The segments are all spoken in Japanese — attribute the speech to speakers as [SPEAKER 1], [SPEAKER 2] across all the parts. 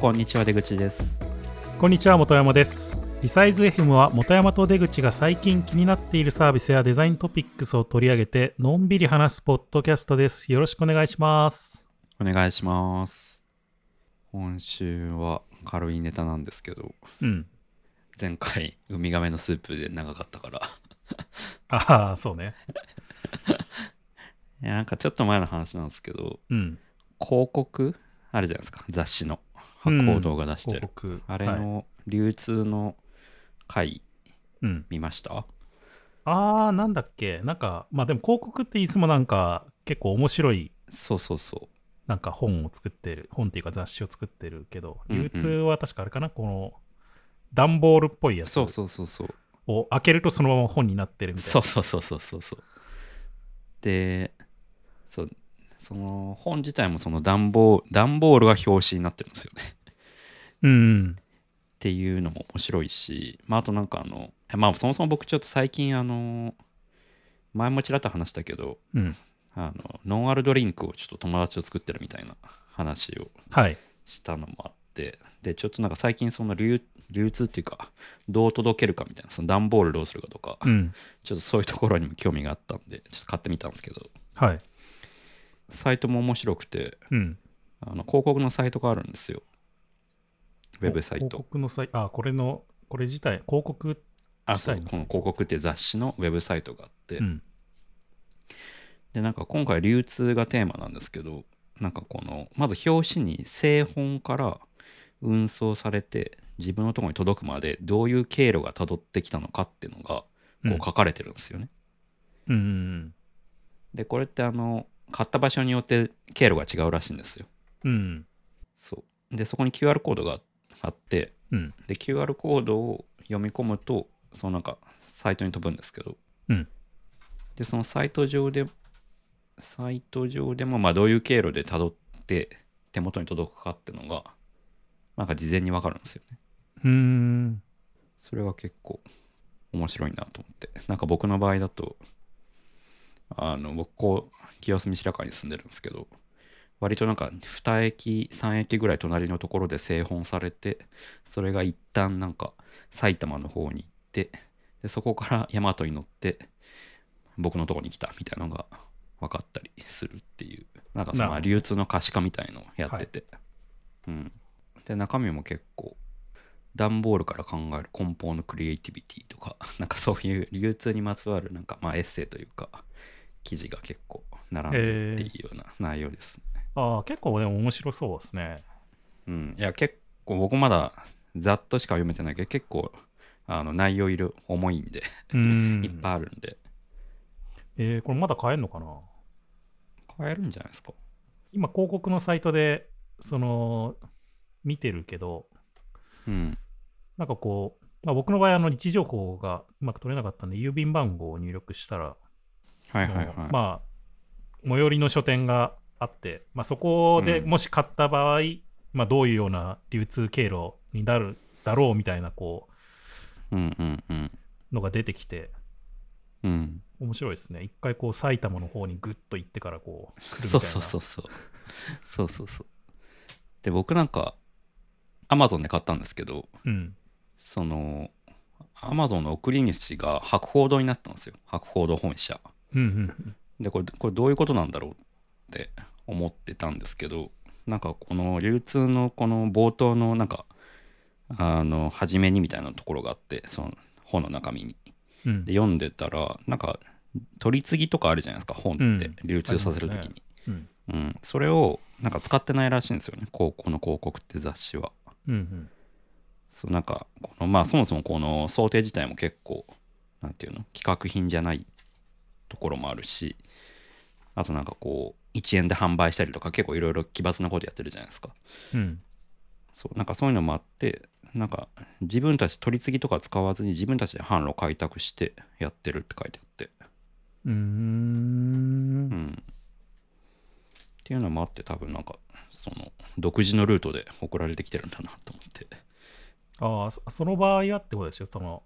[SPEAKER 1] こんにちは出口です
[SPEAKER 2] こんにちは本山ですリサイズ FM は本山と出口が最近気になっているサービスやデザイントピックスを取り上げてのんびり話すポッドキャストですよろしくお願いします
[SPEAKER 1] お願いします今週は軽いネタなんですけど
[SPEAKER 2] うん
[SPEAKER 1] 前回ウミガメのスープで長かったから
[SPEAKER 2] ああそうね
[SPEAKER 1] いやなんかちょっと前の話なんですけど
[SPEAKER 2] うん
[SPEAKER 1] 広告あるじゃないですか雑誌の
[SPEAKER 2] うん
[SPEAKER 1] 発行動画出して
[SPEAKER 2] 広
[SPEAKER 1] る、
[SPEAKER 2] 告
[SPEAKER 1] あれ
[SPEAKER 2] はい
[SPEAKER 1] の流通の回
[SPEAKER 2] うん
[SPEAKER 1] 見ました、
[SPEAKER 2] ああなんだっけなんかまあでも広告っていつもなんか結構面白い
[SPEAKER 1] そうそうそう
[SPEAKER 2] なんか本を作ってる本っていうか雑誌を作ってるけど
[SPEAKER 1] うんうん
[SPEAKER 2] 流通は確かあれかな、この段ボールっぽいやつ
[SPEAKER 1] そうそうそうそう
[SPEAKER 2] を開けるとそのまま本になってるみたい
[SPEAKER 1] そ
[SPEAKER 2] な
[SPEAKER 1] うそうそうそうそうそうでそうその本自体もその段ボール段ボールが表紙になってるんですよねっ
[SPEAKER 2] うん
[SPEAKER 1] ていうのも面白いしまああとなんかあのまあそもそも僕ちょっと最近あの前もちらっと話したけど
[SPEAKER 2] うんうん
[SPEAKER 1] あのノンアルドリンクをちょっと友達を作ってるみたいな話を
[SPEAKER 2] はい
[SPEAKER 1] したのもあってでちょっとなんか最近その流流通っていうかどう届けるかみたいなその段ボールどうするかとか、
[SPEAKER 2] うん
[SPEAKER 1] ちょっとそういうところにも興味があったんでちょっと買ってみたんですけど
[SPEAKER 2] はい
[SPEAKER 1] サイトも面白くて
[SPEAKER 2] うん
[SPEAKER 1] あの広告のサイトがあるんですよウェブサイ
[SPEAKER 2] 広
[SPEAKER 1] ト
[SPEAKER 2] 告のサイトあこれのこれ自体広告
[SPEAKER 1] あそう
[SPEAKER 2] 自体の
[SPEAKER 1] この広告って雑誌のウェブサイトがあって、
[SPEAKER 2] うん
[SPEAKER 1] でなんか今回流通がテーマなんですけどなんかこのまず表紙に製本から運送されて自分のところに届くまでどういう経路がたどってきたのかっていうのが
[SPEAKER 2] うん
[SPEAKER 1] こう書かれてるんですよね、
[SPEAKER 2] うんうん
[SPEAKER 1] でこれってあの買った場所によって経路が違うらしいんですよ
[SPEAKER 2] うん
[SPEAKER 1] そうでそこに QR コードがあって
[SPEAKER 2] うん
[SPEAKER 1] で QR コードを読み込むとそのなんかサイトに飛ぶんですけど、
[SPEAKER 2] うん
[SPEAKER 1] でそのサイト上でサイト上でもまあどういう経路で辿って手元に届くかってのがなんか事前に分かるんですよね
[SPEAKER 2] うんうん
[SPEAKER 1] それは結構面白いなと思ってなんか僕の場合だとあの僕こう清澄白河に住んでるんですけど割となんか2駅3駅ぐらい隣のところで製本されてそれが一旦なんか埼玉の方に行ってでそこから大和に乗って僕のとこに来たみたいなのが分かったりするっていうなんかそ
[SPEAKER 2] なるほ
[SPEAKER 1] の
[SPEAKER 2] ど
[SPEAKER 1] 流通の可視化みたいのをやってて、うんで中身も結構段ボールから考える梱包のクリエイティビティとか なんかそういう流通にまつわるなんかまあエッセイというか記事が結構並んでるっていうような内容ですね、
[SPEAKER 2] ああ結構でも面白そうですね
[SPEAKER 1] うん、いや結構僕まだざっとしか読めてないけど結構あの内容いる重いんで、
[SPEAKER 2] うん
[SPEAKER 1] いっぱいあるんで
[SPEAKER 2] えーこれまだ買えるのかな
[SPEAKER 1] 買えるんじゃないですか
[SPEAKER 2] 今広告のサイトでその見てるけど
[SPEAKER 1] うん
[SPEAKER 2] なんかこう、まあ、僕の場合あの位置情報がうまく取れなかったんで郵便番号を入力したら
[SPEAKER 1] はいはいはい
[SPEAKER 2] そのまあ最寄りの書店があって、まあ、そこで
[SPEAKER 1] うん
[SPEAKER 2] もし買った場合、まあ、どういうような流通経路になるだろうみたいなこ
[SPEAKER 1] うんうんうん
[SPEAKER 2] うのが出てきて
[SPEAKER 1] うん
[SPEAKER 2] 面白いですね一回こう埼玉の方にグッと行ってからこう来るみたいな
[SPEAKER 1] そうそうそうそうそうそうそうで僕なんかアマゾンで買ったんですけど
[SPEAKER 2] うん
[SPEAKER 1] そのアマゾンの送り主が博報堂になったんですよ博報堂本社
[SPEAKER 2] うんうん
[SPEAKER 1] でこれこれどういうことなんだろうって思ってたんですけどなんかこの流通のこの冒頭のなんかあの初めにみたいなところがあってその本の中身に
[SPEAKER 2] うん
[SPEAKER 1] で読んでたらなんか取り次ぎとかあるじゃないですか本って
[SPEAKER 2] うん
[SPEAKER 1] 流通させるときに、
[SPEAKER 2] うん
[SPEAKER 1] うん、それをなんか使ってないらしいんですよね高校の広告って雑誌は
[SPEAKER 2] うんうん
[SPEAKER 1] そうなんかこのまあそもそもこの想定自体も結構なんていうの企画品じゃないところもあるしあとなんかこう1円で販売したりとか結構いろいろ奇抜なことやってるじゃないですか
[SPEAKER 2] うん
[SPEAKER 1] そうなんかそういうのもあってなんか自分たち取り次ぎとか使わずに自分たちで販路を開拓してやってるって書いてあって
[SPEAKER 2] うー
[SPEAKER 1] うんんっていうのもあって多分なんかその独自のルートで送られてきてるんだなと思って
[SPEAKER 2] ああそその場合はってことですよその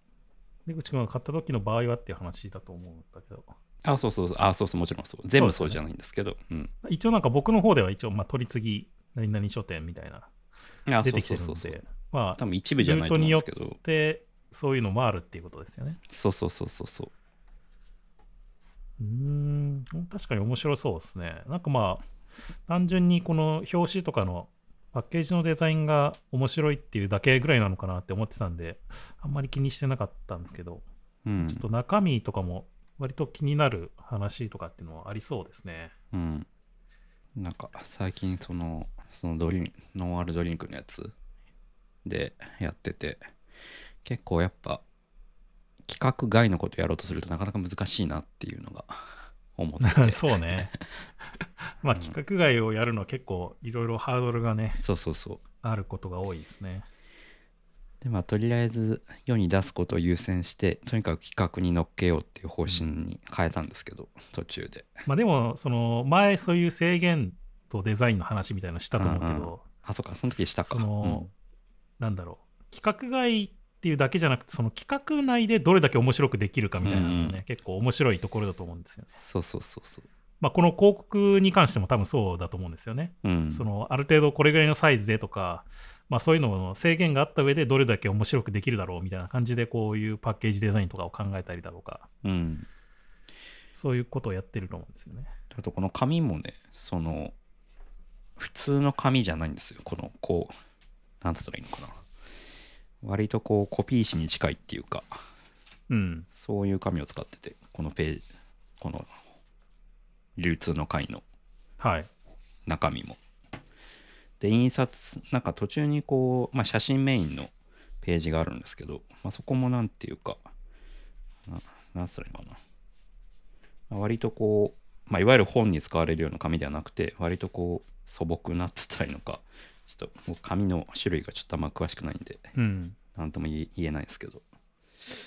[SPEAKER 2] 出口君が買った時の場合はっていう話だと思うんだけど
[SPEAKER 1] あそうそうそうあそうそうもちろんそう全部そうじゃないんですけどう,、ん
[SPEAKER 2] 一応なんか僕の方では一応まあ取り次ぎ何々書店みたいな
[SPEAKER 1] あ
[SPEAKER 2] 出てきてる
[SPEAKER 1] そ
[SPEAKER 2] の
[SPEAKER 1] うそうそう
[SPEAKER 2] で
[SPEAKER 1] そう。
[SPEAKER 2] まあ
[SPEAKER 1] 多分一部じゃないと思うんですけど。
[SPEAKER 2] でそういうのもあるっていうことですよね。
[SPEAKER 1] そうそうそうそうそう。
[SPEAKER 2] うーん確かに面白そうですね。なんかまあ単純にこの表紙とかのパッケージのデザインが面白いっていうだけぐらいなのかなって思ってたんであんまり気にしてなかったんですけど
[SPEAKER 1] うん
[SPEAKER 2] ちょっと中身とかも割と気になる話とかっていうのはありそうです ね。
[SPEAKER 1] うん。なんか最近その、そのドリンノンアルドリンクのやつでやってて、結構やっぱ企画外のことやろうとするとなかなか難しいなっていうのが思って て。
[SPEAKER 2] そうね。まあ企画外をやるのは結構いろいろハードルがね
[SPEAKER 1] そうそうそう。
[SPEAKER 2] あることが多いですね。
[SPEAKER 1] でまあ、とりあえず世に出すことを優先してとにかく企画に乗っけようっていう方針に変えたんですけど、途中で
[SPEAKER 2] まあでもその前そういう制限とデザインの話みたいなのしたと思うけど、
[SPEAKER 1] うんうんあそっかその時したか
[SPEAKER 2] その、なんだろう企画外っていうだけじゃなくてその企画内でどれだけ面白くできるかみたいなのもね、
[SPEAKER 1] うんうん
[SPEAKER 2] 結構面白いところだと思うんですよね
[SPEAKER 1] うん、そうそうそうそう
[SPEAKER 2] まあ、この広告に関しても多分そうだと思うんですよね、
[SPEAKER 1] うん
[SPEAKER 2] そのある程度これぐらいのサイズでとか、まあ、そういうのの制限があった上でどれだけ面白くできるだろうみたいな感じでこういうパッケージデザインとかを考えたりだとか
[SPEAKER 1] うん
[SPEAKER 2] そういうことをやってると思うんですよね
[SPEAKER 1] あとこの紙もねその普通の紙じゃないんですよこのこうなんつったらいいのかな割とこうコピー紙に近いっていうか
[SPEAKER 2] うん
[SPEAKER 1] そういう紙を使っててこのページこの流通の回の
[SPEAKER 2] はい
[SPEAKER 1] 中身も。で印刷なんか途中にこう、まあ、写真メインのページがあるんですけど、まあ、そこもなんていうかななんすれかな、まあ割とこう、まあ、いわゆる本に使われるような紙ではなくて割とこう素朴なっつったらいいのかちょっと僕紙の種類がちょっとあんま詳しくないんで
[SPEAKER 2] うん
[SPEAKER 1] なんとも言え言えないですけど。だか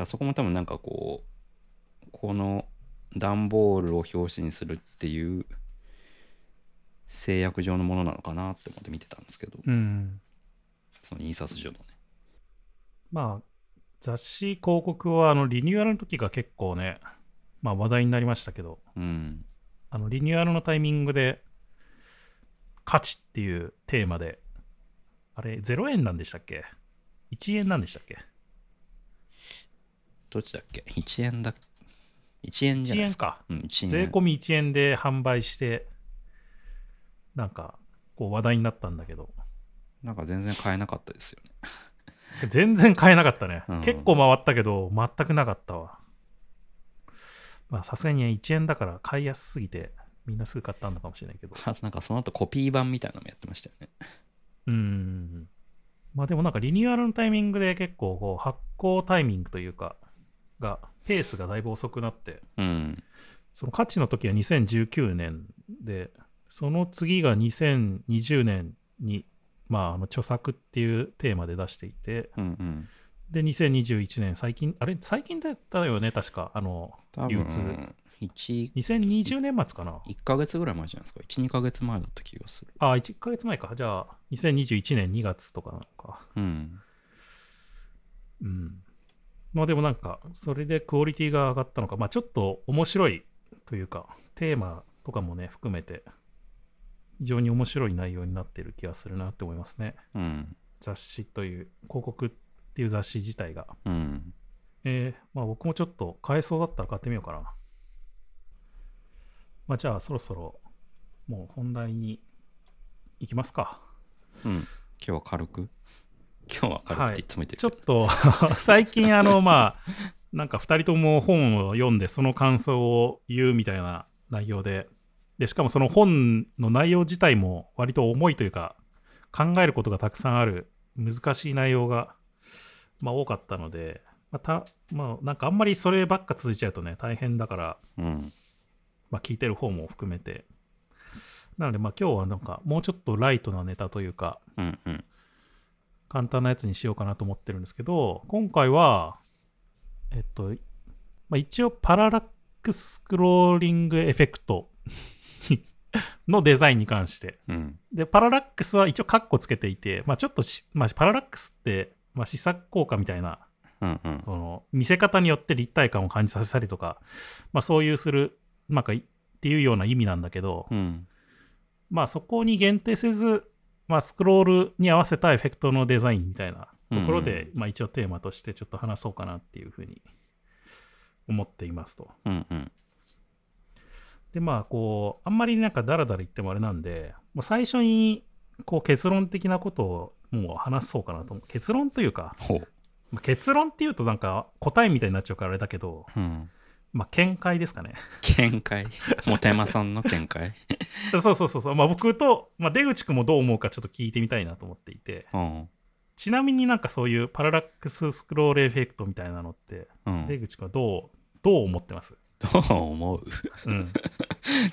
[SPEAKER 1] らそこも多分なんかこう、この段ボールを表紙にするっていう制約上のものなのかなって思って見てたんですけど、
[SPEAKER 2] うん
[SPEAKER 1] その印刷所のね。
[SPEAKER 2] まあ、雑誌広告はあのリニューアルの時が結構ね、まあ、話題になりましたけど、
[SPEAKER 1] うん。
[SPEAKER 2] あのリニューアルのタイミングで、価値っていうテーマで、あれ、0円なんでしたっけ ?1 円なんでしたっけ
[SPEAKER 1] どっちだっけ ?1 円だ。1円じゃな
[SPEAKER 2] ?1
[SPEAKER 1] いで
[SPEAKER 2] 円
[SPEAKER 1] すか。
[SPEAKER 2] か。
[SPEAKER 1] うん、1円。
[SPEAKER 2] 税込み1円で販売して、なんか、こう話題になったんだけど、
[SPEAKER 1] なんか全然買えなかったですよね。
[SPEAKER 2] 全然買えなかったね、
[SPEAKER 1] うん
[SPEAKER 2] 結構回ったけど全くなかったわまあさすがに1円だから買いやすすぎてみんなすぐ買ったのかもしれないけど
[SPEAKER 1] あとなんかその後コピー版みたいなのもやってましたよね。
[SPEAKER 2] うんまあでもなんかリニューアルのタイミングで結構こう発行タイミングというかがペースがだいぶ遅くなって
[SPEAKER 1] うん。
[SPEAKER 2] その価値の時は2019年でその次が2020年にまああの著作っていうテーマで出していて
[SPEAKER 1] うんうん。
[SPEAKER 2] で、2021年、最近、あれ、最近だったよね、確か。あの、
[SPEAKER 1] 多
[SPEAKER 2] 流通
[SPEAKER 1] 分、1、
[SPEAKER 2] 2020年末かな。
[SPEAKER 1] 1ヶ月ぐらい前じゃないですか。1、2ヶ月前だった気がする。
[SPEAKER 2] あ、1ヶ月前か。じゃあ、2021年2月とかなのか。
[SPEAKER 1] うん。
[SPEAKER 2] うん。まあでもなんか、それでクオリティが上がったのか、まあちょっと面白いというか、テーマとかもね、含めて、非常に面白い内容になっている気がするなって思いますね。
[SPEAKER 1] うん。
[SPEAKER 2] 雑誌という、広告っていう雑誌自体が。
[SPEAKER 1] うん。
[SPEAKER 2] えーまあ僕もちょっと買えそうだったら買ってみようかな。まあじゃあそろそろもう本題に行きますか。
[SPEAKER 1] うん。今日は軽く今日は軽くっていつも言ってる
[SPEAKER 2] ちょ
[SPEAKER 1] け
[SPEAKER 2] っ
[SPEAKER 1] ど、
[SPEAKER 2] と 最近あのまあなんか2人とも本を読んでその感想を言うみたいな内容ででしかもその本の内容自体も割と重いというか考えることがたくさんある難しい内容が、まあ、多かったので、まあたまあ、なんかあんまりそればっか続いちゃうとね大変だから
[SPEAKER 1] うん。
[SPEAKER 2] まあ、聞いてる方も含めて。なので、まあ、今日はなんか、もうちょっとライトなネタというか、
[SPEAKER 1] うんうん。
[SPEAKER 2] 簡単なやつにしようかなと思ってるんですけど、今回は、えっと、まあ、一応、パララックススクローリングエフェクト のデザインに関して。
[SPEAKER 1] うん。
[SPEAKER 2] で、パララックスは一応、カッコつけていて、まあ、ちょっとし、まあ、パララックスって、まあ、試作効果みたいな
[SPEAKER 1] うんうん。
[SPEAKER 2] その見せ方によって立体感を感じさせたりとか、まあ、そういうするなんかいっていうような意味なんだけど、
[SPEAKER 1] うん。
[SPEAKER 2] まあそこに限定せずまあ、スクロールに合わせたエフェクトのデザインみたいなところ
[SPEAKER 1] うんう
[SPEAKER 2] で、
[SPEAKER 1] ん
[SPEAKER 2] まあ、一応テーマとしてちょっと話そうかなっていうふうに思っていますと。
[SPEAKER 1] うんうん。
[SPEAKER 2] でまあこうあんまりなんかダラダラ言ってもあれなんでもう最初にこう結論的なことをもう話そうかなと思う結論というか、
[SPEAKER 1] ほう。
[SPEAKER 2] まあ結論っていうとなんか答えみたいになっちゃうからあれだけど、
[SPEAKER 1] うん。
[SPEAKER 2] まあ、見解ですかね
[SPEAKER 1] 見解。もてまさんの見解。
[SPEAKER 2] そうそうそうそう、まあ、僕と、まあ、出口くんもどう思うかちょっと聞いてみたいなと思っていて
[SPEAKER 1] うん。
[SPEAKER 2] ちなみになんかそういうパララックススクロールエフェクトみたいなのって
[SPEAKER 1] うん。
[SPEAKER 2] 出口くんはどうどう思ってます、
[SPEAKER 1] どう思う
[SPEAKER 2] うん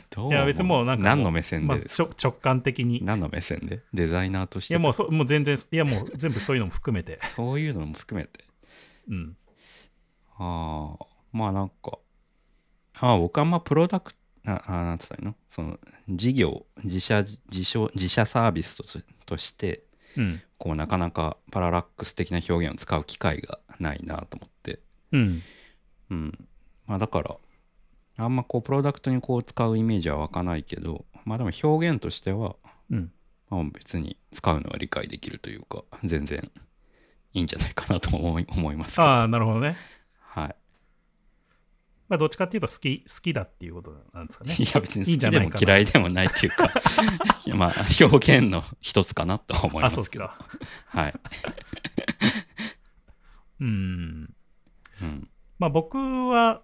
[SPEAKER 1] どう思
[SPEAKER 2] いや別にもうなんかもう
[SPEAKER 1] 何の目線
[SPEAKER 2] ま
[SPEAKER 1] で
[SPEAKER 2] あ、ちょ直感的にい
[SPEAKER 1] 何の目線でデザイナーとして
[SPEAKER 2] やもうそもう全然いやもう全部そういうのも含めて、
[SPEAKER 1] そういうのも含めて。
[SPEAKER 2] うん、
[SPEAKER 1] ああ、まあなんか、ああ僕はあんまプロダクト、ああなんつったらいいのその事業、自社、自社、自社サービスとすとして、
[SPEAKER 2] うん
[SPEAKER 1] こうなかなかパララックス的な表現を使う機会がないなと思って。
[SPEAKER 2] うん
[SPEAKER 1] うん。まあだから、あんまこうプロダクトにこう使うイメージは湧かないけど、まあでも表現としては、
[SPEAKER 2] うん、
[SPEAKER 1] まあ、別に使うのは理解できるというか、全然いいんじゃないかなと思い思いますけど。
[SPEAKER 2] ああなるほどね、
[SPEAKER 1] はい。
[SPEAKER 2] まあ、どっちかっていうと好き好きだっていうことなんですかね
[SPEAKER 1] いや別に
[SPEAKER 2] いいん
[SPEAKER 1] 好
[SPEAKER 2] じゃ
[SPEAKER 1] き
[SPEAKER 2] な
[SPEAKER 1] で
[SPEAKER 2] い
[SPEAKER 1] も
[SPEAKER 2] かな
[SPEAKER 1] 嫌いでもないっていうか いやまあ表現の一つかなとは 思い
[SPEAKER 2] あ
[SPEAKER 1] ま
[SPEAKER 2] そうですす
[SPEAKER 1] けど
[SPEAKER 2] か
[SPEAKER 1] はい、
[SPEAKER 2] うん
[SPEAKER 1] うん
[SPEAKER 2] まあ僕は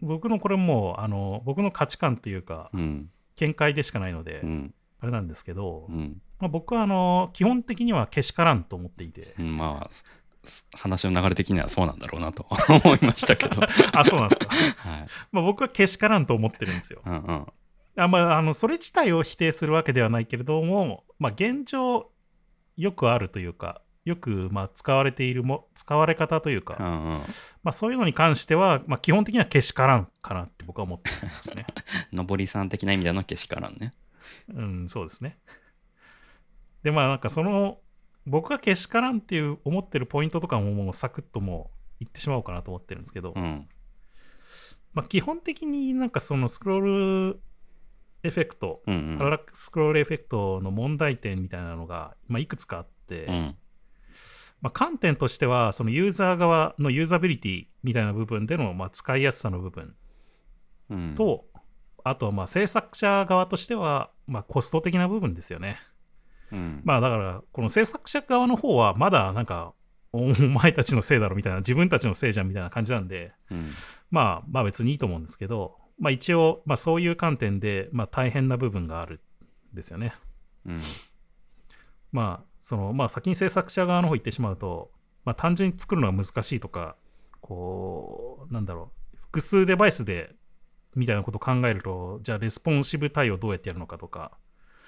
[SPEAKER 2] 僕のこれもうあの僕の価値観というか
[SPEAKER 1] うん
[SPEAKER 2] 見解でしかないので、
[SPEAKER 1] うん
[SPEAKER 2] あれなんですけど、
[SPEAKER 1] うん
[SPEAKER 2] まあ、僕はあの基本的にはけしからんと思っていて
[SPEAKER 1] うんまあす話の流れ的にはそうなんだろうなと思いましたけ ど、はい
[SPEAKER 2] あそうなんですか、まあ、僕はけしからんと思ってるんですよ
[SPEAKER 1] うんうん、
[SPEAKER 2] あまああのそれ自体を否定するわけではないけれども、まあ、現状よくあるというかよくまあ使われているも使われ方というか、
[SPEAKER 1] うんうん、
[SPEAKER 2] まあ、そういうのに関しては、まあ、基本的にはけしからんかなって僕は思ってますね。
[SPEAKER 1] のぼりさん的な意味でのけしからんね
[SPEAKER 2] うん、そうですね。で、まあなんかその、僕がけしからんっていう思ってるポイントとかももうサクッともう言ってしまおうかなと思ってるんですけど、
[SPEAKER 1] うん
[SPEAKER 2] まあ、基本的になんかそのスクロールエフェクト、
[SPEAKER 1] うんう
[SPEAKER 2] パラ
[SPEAKER 1] ん
[SPEAKER 2] ラックススクロールエフェクトの問題点みたいなのが、まあ、いくつかあって、
[SPEAKER 1] うん
[SPEAKER 2] まあ、観点としてはそのユーザー側のユーザビリティみたいな部分でのまあ使いやすさの部分
[SPEAKER 1] うん
[SPEAKER 2] と、あとはまあ制作者側としては、まあ、コスト的な部分ですよね。
[SPEAKER 1] うん
[SPEAKER 2] まあだから、この制作者側の方は、まだなんか、おお前たちのせいだろみたいな、自分たちのせいじゃんみたいな感じなんで、
[SPEAKER 1] うん
[SPEAKER 2] まあ、まあ別にいいと思うんですけど、まあ一応、まあそういう観点で、まあ大変な部分があるんですよね。
[SPEAKER 1] うん
[SPEAKER 2] まあ、その、まあ先に制作者側の方行ってしまうと、まあ単純に作るのが難しいとか、こう、なんだろう、複数デバイスで、みたいなことを考えると、じゃあレスポンシブ対応どうやってやるのかとか、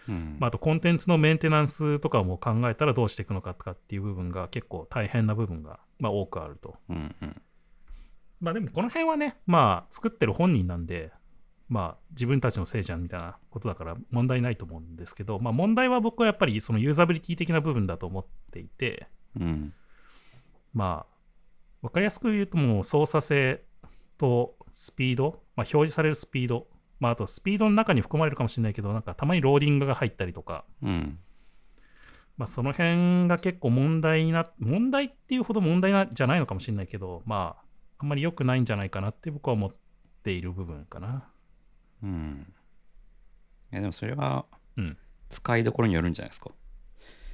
[SPEAKER 1] うん
[SPEAKER 2] まあ、あとコンテンツのメンテナンスとかも考えたらどうしていくのかとかっていう部分が結構大変な部分が、まあ、多くあると。
[SPEAKER 1] うんうん
[SPEAKER 2] まあでもこの辺はね、まあ作ってる本人なんで、まあ自分たちのせいじゃんみたいなことだから問題ないと思うんですけど、まあ問題は僕はやっぱりそのユーザビリティ的な部分だと思っていて、
[SPEAKER 1] うん
[SPEAKER 2] まあわかりやすく言うともう操作性とスピード、まあ表示されるスピード、まああとスピードの中に含まれるかもしれないけど、なんかたまにローディングが入ったりとか、
[SPEAKER 1] うん
[SPEAKER 2] まあ、その辺が結構問題にな、問題っていうほど問題なじゃないのかもしれないけど、まあ、あんまり良くないんじゃないかなって僕は思っている部分かな。
[SPEAKER 1] うんいやでもそれは
[SPEAKER 2] うん。
[SPEAKER 1] 使いどころによるんじゃないですか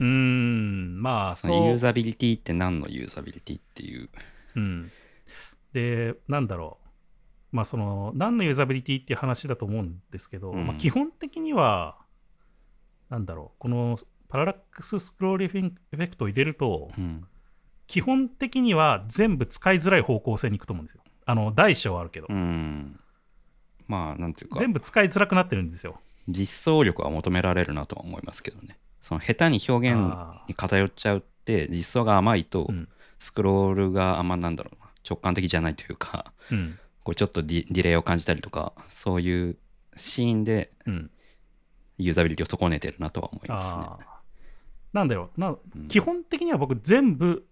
[SPEAKER 2] うーん、まあ、
[SPEAKER 1] そ
[SPEAKER 2] そう。
[SPEAKER 1] のユーザビリティって何のユーザビリティっていう。
[SPEAKER 2] うん。で、なんだろう。まあ、その、何のユーザビリティっていう話だと思うんですけど、
[SPEAKER 1] うん
[SPEAKER 2] まあ、基本的には、なんだろう。この、パララックススクロールエフェクトを入れると、
[SPEAKER 1] うん。
[SPEAKER 2] 基本的には全部使いづらい方向性に行くと思うんですよ。あの、大小はあるけど。
[SPEAKER 1] うん、まあ、なんていうか、
[SPEAKER 2] 全部使いづらくなってるんですよ。
[SPEAKER 1] 実装力は求められるなとは思いますけどね。その下手に表現
[SPEAKER 2] あ
[SPEAKER 1] に偏っちゃうって、実装が甘いと
[SPEAKER 2] ーう、ん
[SPEAKER 1] スクロールがあんまなんだろうな、直感的じゃないというか、
[SPEAKER 2] うん
[SPEAKER 1] こうちょっとディディレイを感じたりとか、そういうシーンで
[SPEAKER 2] うん
[SPEAKER 1] ユーザビリティを損ねてるなとは思いますね
[SPEAKER 2] あーなんだよな
[SPEAKER 1] うん。
[SPEAKER 2] 基本的には僕全部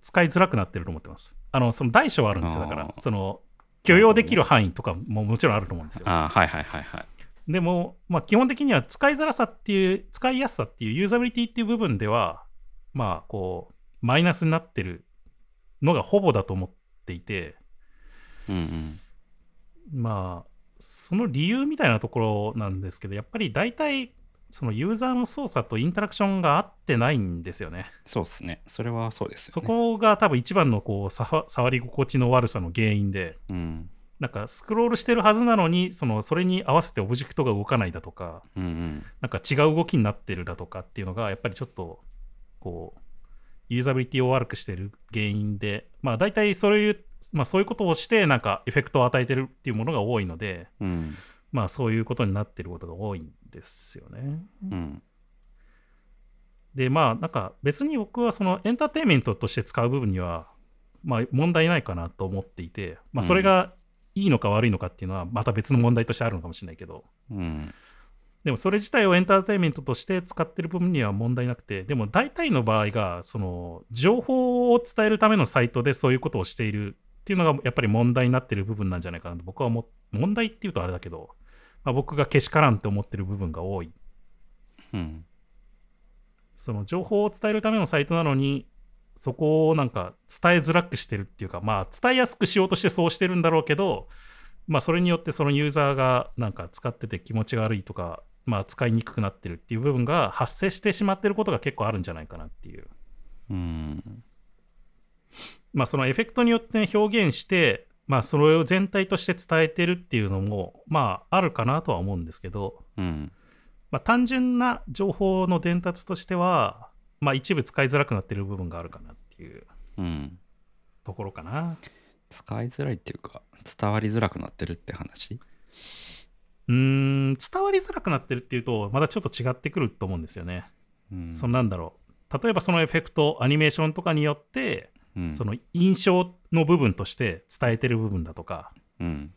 [SPEAKER 2] 使いづらくなってると思ってます。あのその大小はあるんですよだから
[SPEAKER 1] あー
[SPEAKER 2] その許容できる範囲とかももちろんあると思うんですよ。
[SPEAKER 1] あーはいはいはいはい。
[SPEAKER 2] でも、まあ、基本的には使いづらさっていう、使いやすさっていう、ユーザビリティっていう部分では、まあ、こう、マイナスになってるのがほぼだと思っていて、
[SPEAKER 1] うんうん。
[SPEAKER 2] まあ、その理由みたいなところなんですけど、やっぱり大体、そのユーザーの操作とインタラクションが合ってないんですよね。
[SPEAKER 1] そうですね。それはそうですよ
[SPEAKER 2] そ
[SPEAKER 1] ね。
[SPEAKER 2] こが多分一番のこうさわ触り心地の悪さの原因で、
[SPEAKER 1] うん。
[SPEAKER 2] なんかスクロールしてるはずなのに、そのそれに合わせてオブジェクトが動かないだとか、
[SPEAKER 1] うんうん。
[SPEAKER 2] なんか違う動きになってるだとかっていうのが、やっぱりちょっと、こう、ユーザビリティを悪くしてる原因で、まあ大体そういう、まあそういうことをして、なんかエフェクトを与えてるっていうものが多いので、
[SPEAKER 1] うん。
[SPEAKER 2] まあそういうことになってることが多いんですよね。
[SPEAKER 1] うん。
[SPEAKER 2] で、まあなんか別に僕はそのエンターテインメントとして使う部分には、まあ問題ないかなと思っていて、まあそれがいいのか悪いのかっていうのはまた別の問題としてあるのかもしれないけど、
[SPEAKER 1] うん。
[SPEAKER 2] でもそれ自体をエンターテインメントとして使ってる分には問題なくて、でも大体の場合が、その情報を伝えるためのサイトでそういうことをしているっていうのがやっぱり問題になってる部分なんじゃないかなと僕は思っ問題っていうとあれだけど、まあ、僕がけしからんって思ってる部分が多い。
[SPEAKER 1] うん。
[SPEAKER 2] その情報を伝えるためのサイトなのに、そこをなんか伝えづらくしてるっていうか、まあ伝えやすくしようとしてそうしてるんだろうけど、まあそれによってそのユーザーがなんか使ってて気持ちが悪いとか、まあ使いにくくなってるっていう部分が発生してしまってることが結構あるんじゃないかなっていう。
[SPEAKER 1] うん。
[SPEAKER 2] まあそのエフェクトによってね表現して、まあそれを全体として伝えてるっていうのも、まああるかなとは思うんですけど、
[SPEAKER 1] うん。
[SPEAKER 2] まあ、単純な情報の伝達としては、まあ、一部使いづらくなってる部分があるかなっていう
[SPEAKER 1] うん。
[SPEAKER 2] ところかな。
[SPEAKER 1] 使いづらいっていうか、伝わりづらくなってるって話
[SPEAKER 2] うーん伝わりづらくなってるっていうとまたちょっと違ってくると思うんですよね。
[SPEAKER 1] うん。
[SPEAKER 2] そのなんだろう例えばそのエフェクトアニメーションとかによって、
[SPEAKER 1] うん、
[SPEAKER 2] その印象の部分として伝えてる部分だとか
[SPEAKER 1] うん。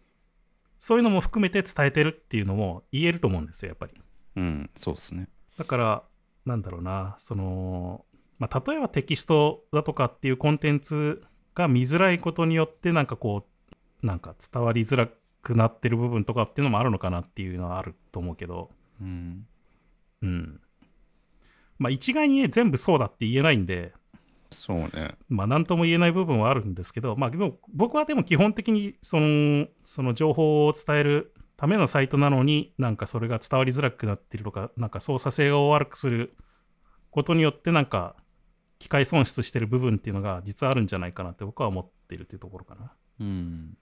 [SPEAKER 2] そういうのも含めて伝えてるっていうのも言えると思うんですよやっぱり。
[SPEAKER 1] うん。そうですね。
[SPEAKER 2] だから、なんだろうな、その、まあ、例えばテキストだとかっていうコンテンツが見づらいことによって、なんかこう、なんか伝わりづらくなってる部分とかっていうのもあるのかなっていうのはあると思うけど、
[SPEAKER 1] うん。
[SPEAKER 2] うん。まあ、一概にね、全部そうだって言えないんで、
[SPEAKER 1] そうね。
[SPEAKER 2] まあ、なんとも言えない部分はあるんですけど、まあ、でも僕はでも基本的にその、その情報を伝えるためのサイトなのに、なんかそれが伝わりづらくなってるとか、なんか操作性を悪くすることによって、なんか機械損失してる部分っていうのが実はあるんじゃないかなって僕は思っているっていうところかな。
[SPEAKER 1] うん。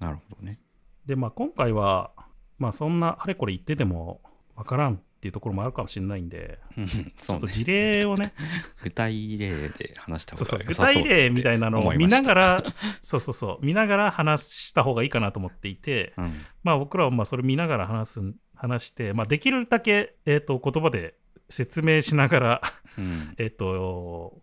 [SPEAKER 1] なるほどね。
[SPEAKER 2] で、まあ、今回は、まあ、そんなあれこれ言っててもわからんっていうところもあるかもしれないんで、
[SPEAKER 1] うん
[SPEAKER 2] ち
[SPEAKER 1] そ
[SPEAKER 2] ょ
[SPEAKER 1] う
[SPEAKER 2] っと
[SPEAKER 1] ね。
[SPEAKER 2] 事例をね、
[SPEAKER 1] 具体例で話した
[SPEAKER 2] そ
[SPEAKER 1] 方
[SPEAKER 2] うそう
[SPEAKER 1] が良
[SPEAKER 2] 具
[SPEAKER 1] さそう
[SPEAKER 2] 体例みたいなのを見なが
[SPEAKER 1] ら、
[SPEAKER 2] ら、そうそうそう、見ながら話した方がいいかなと思っていて、
[SPEAKER 1] うん、
[SPEAKER 2] まあ僕らはまあそれ見ながら話す話して、まあ、できるだけ、えー、と言葉で説明しながら、
[SPEAKER 1] うん
[SPEAKER 2] えー、と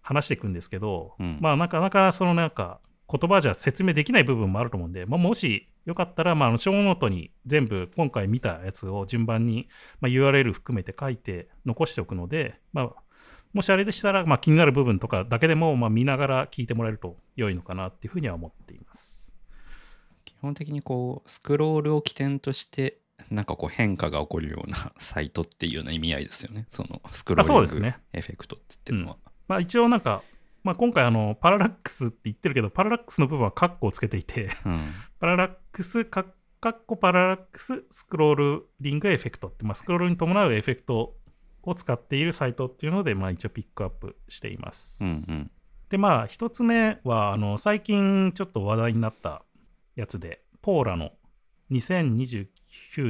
[SPEAKER 2] 話していくんですけど、
[SPEAKER 1] うん
[SPEAKER 2] まあなかなかそのなんか言葉じゃ説明できない部分もあると思うんで、まあ、もしよかったら、まあ、あのショーノートに全部今回見たやつを順番に、まあ、URL 含めて書いて残しておくので、まあ、もしあれでしたら、まあ、気になる部分とかだけでも、まあ、見ながら聞いてもらえると良いのかなっていうふうには思っています。
[SPEAKER 1] 基本的にこうスクロールを起点としてなんかこう変化が起こるようなサイトっていうような意味合いですよねそのスクロ
[SPEAKER 2] あそう
[SPEAKER 1] ー
[SPEAKER 2] です
[SPEAKER 1] リング
[SPEAKER 2] ね
[SPEAKER 1] エフェクトって言ってるのは、
[SPEAKER 2] まあ、一応なんか、まあ、今回あのパララックスって言ってるけどパララックスの部分はカッコをつけていて
[SPEAKER 1] うん
[SPEAKER 2] パララックス、かかっこパララックス、スクロールリングエフェクトって、まあ、スクロールに伴うエフェクトを使っているサイトっていうので、まあ、一応ピックアップしています。
[SPEAKER 1] うんうん
[SPEAKER 2] で、まあ、一つ目は、あの、最近ちょっと話題になったやつで、ポーラの2029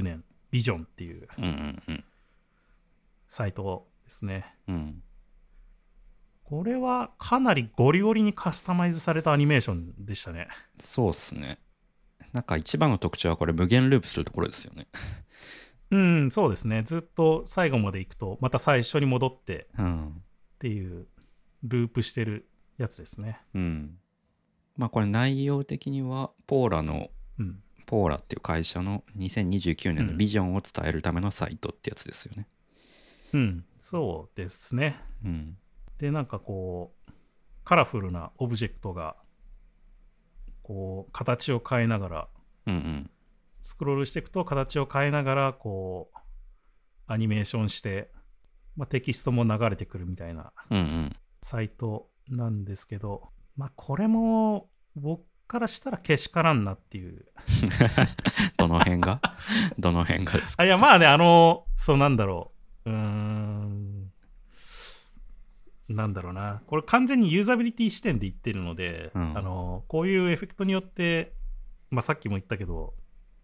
[SPEAKER 2] 年ビジョンっていう
[SPEAKER 1] うんうんうん
[SPEAKER 2] サイトですね。
[SPEAKER 1] うん
[SPEAKER 2] これはかなりゴリゴリにカスタマイズされたアニメーションでしたね。
[SPEAKER 1] そうっすねなんか一番の特徴はこれ無限ループするところですよね
[SPEAKER 2] うん、そうですね。ずっと最後まで行くと、また最初に戻って、
[SPEAKER 1] うん
[SPEAKER 2] っていうループしてるやつですね。
[SPEAKER 1] うんまあこれ内容的にはポーラの
[SPEAKER 2] うん、
[SPEAKER 1] ポーラっていう会社の2029年のビジョンを伝えるためのサイトってやつですよね
[SPEAKER 2] うん、そうですね。
[SPEAKER 1] うん
[SPEAKER 2] で、なんかこう、カラフルなオブジェクトが、こう、形を変えながら
[SPEAKER 1] うんうん
[SPEAKER 2] スクロールしていくと形を変えながらこうアニメーションして、まあ、テキストも流れてくるみたいな
[SPEAKER 1] うんうん。
[SPEAKER 2] サイトなんですけど、まあ、これも僕からしたらけしからんなっていう。
[SPEAKER 1] どの辺がどの辺がですか
[SPEAKER 2] あいや、まあね、あの、そうなんだろう。うーん。なんだろうな。これ完全にユーザビリティ視点で言ってるので、
[SPEAKER 1] うん
[SPEAKER 2] あのこういうエフェクトによって、まあ、さっきも言ったけど、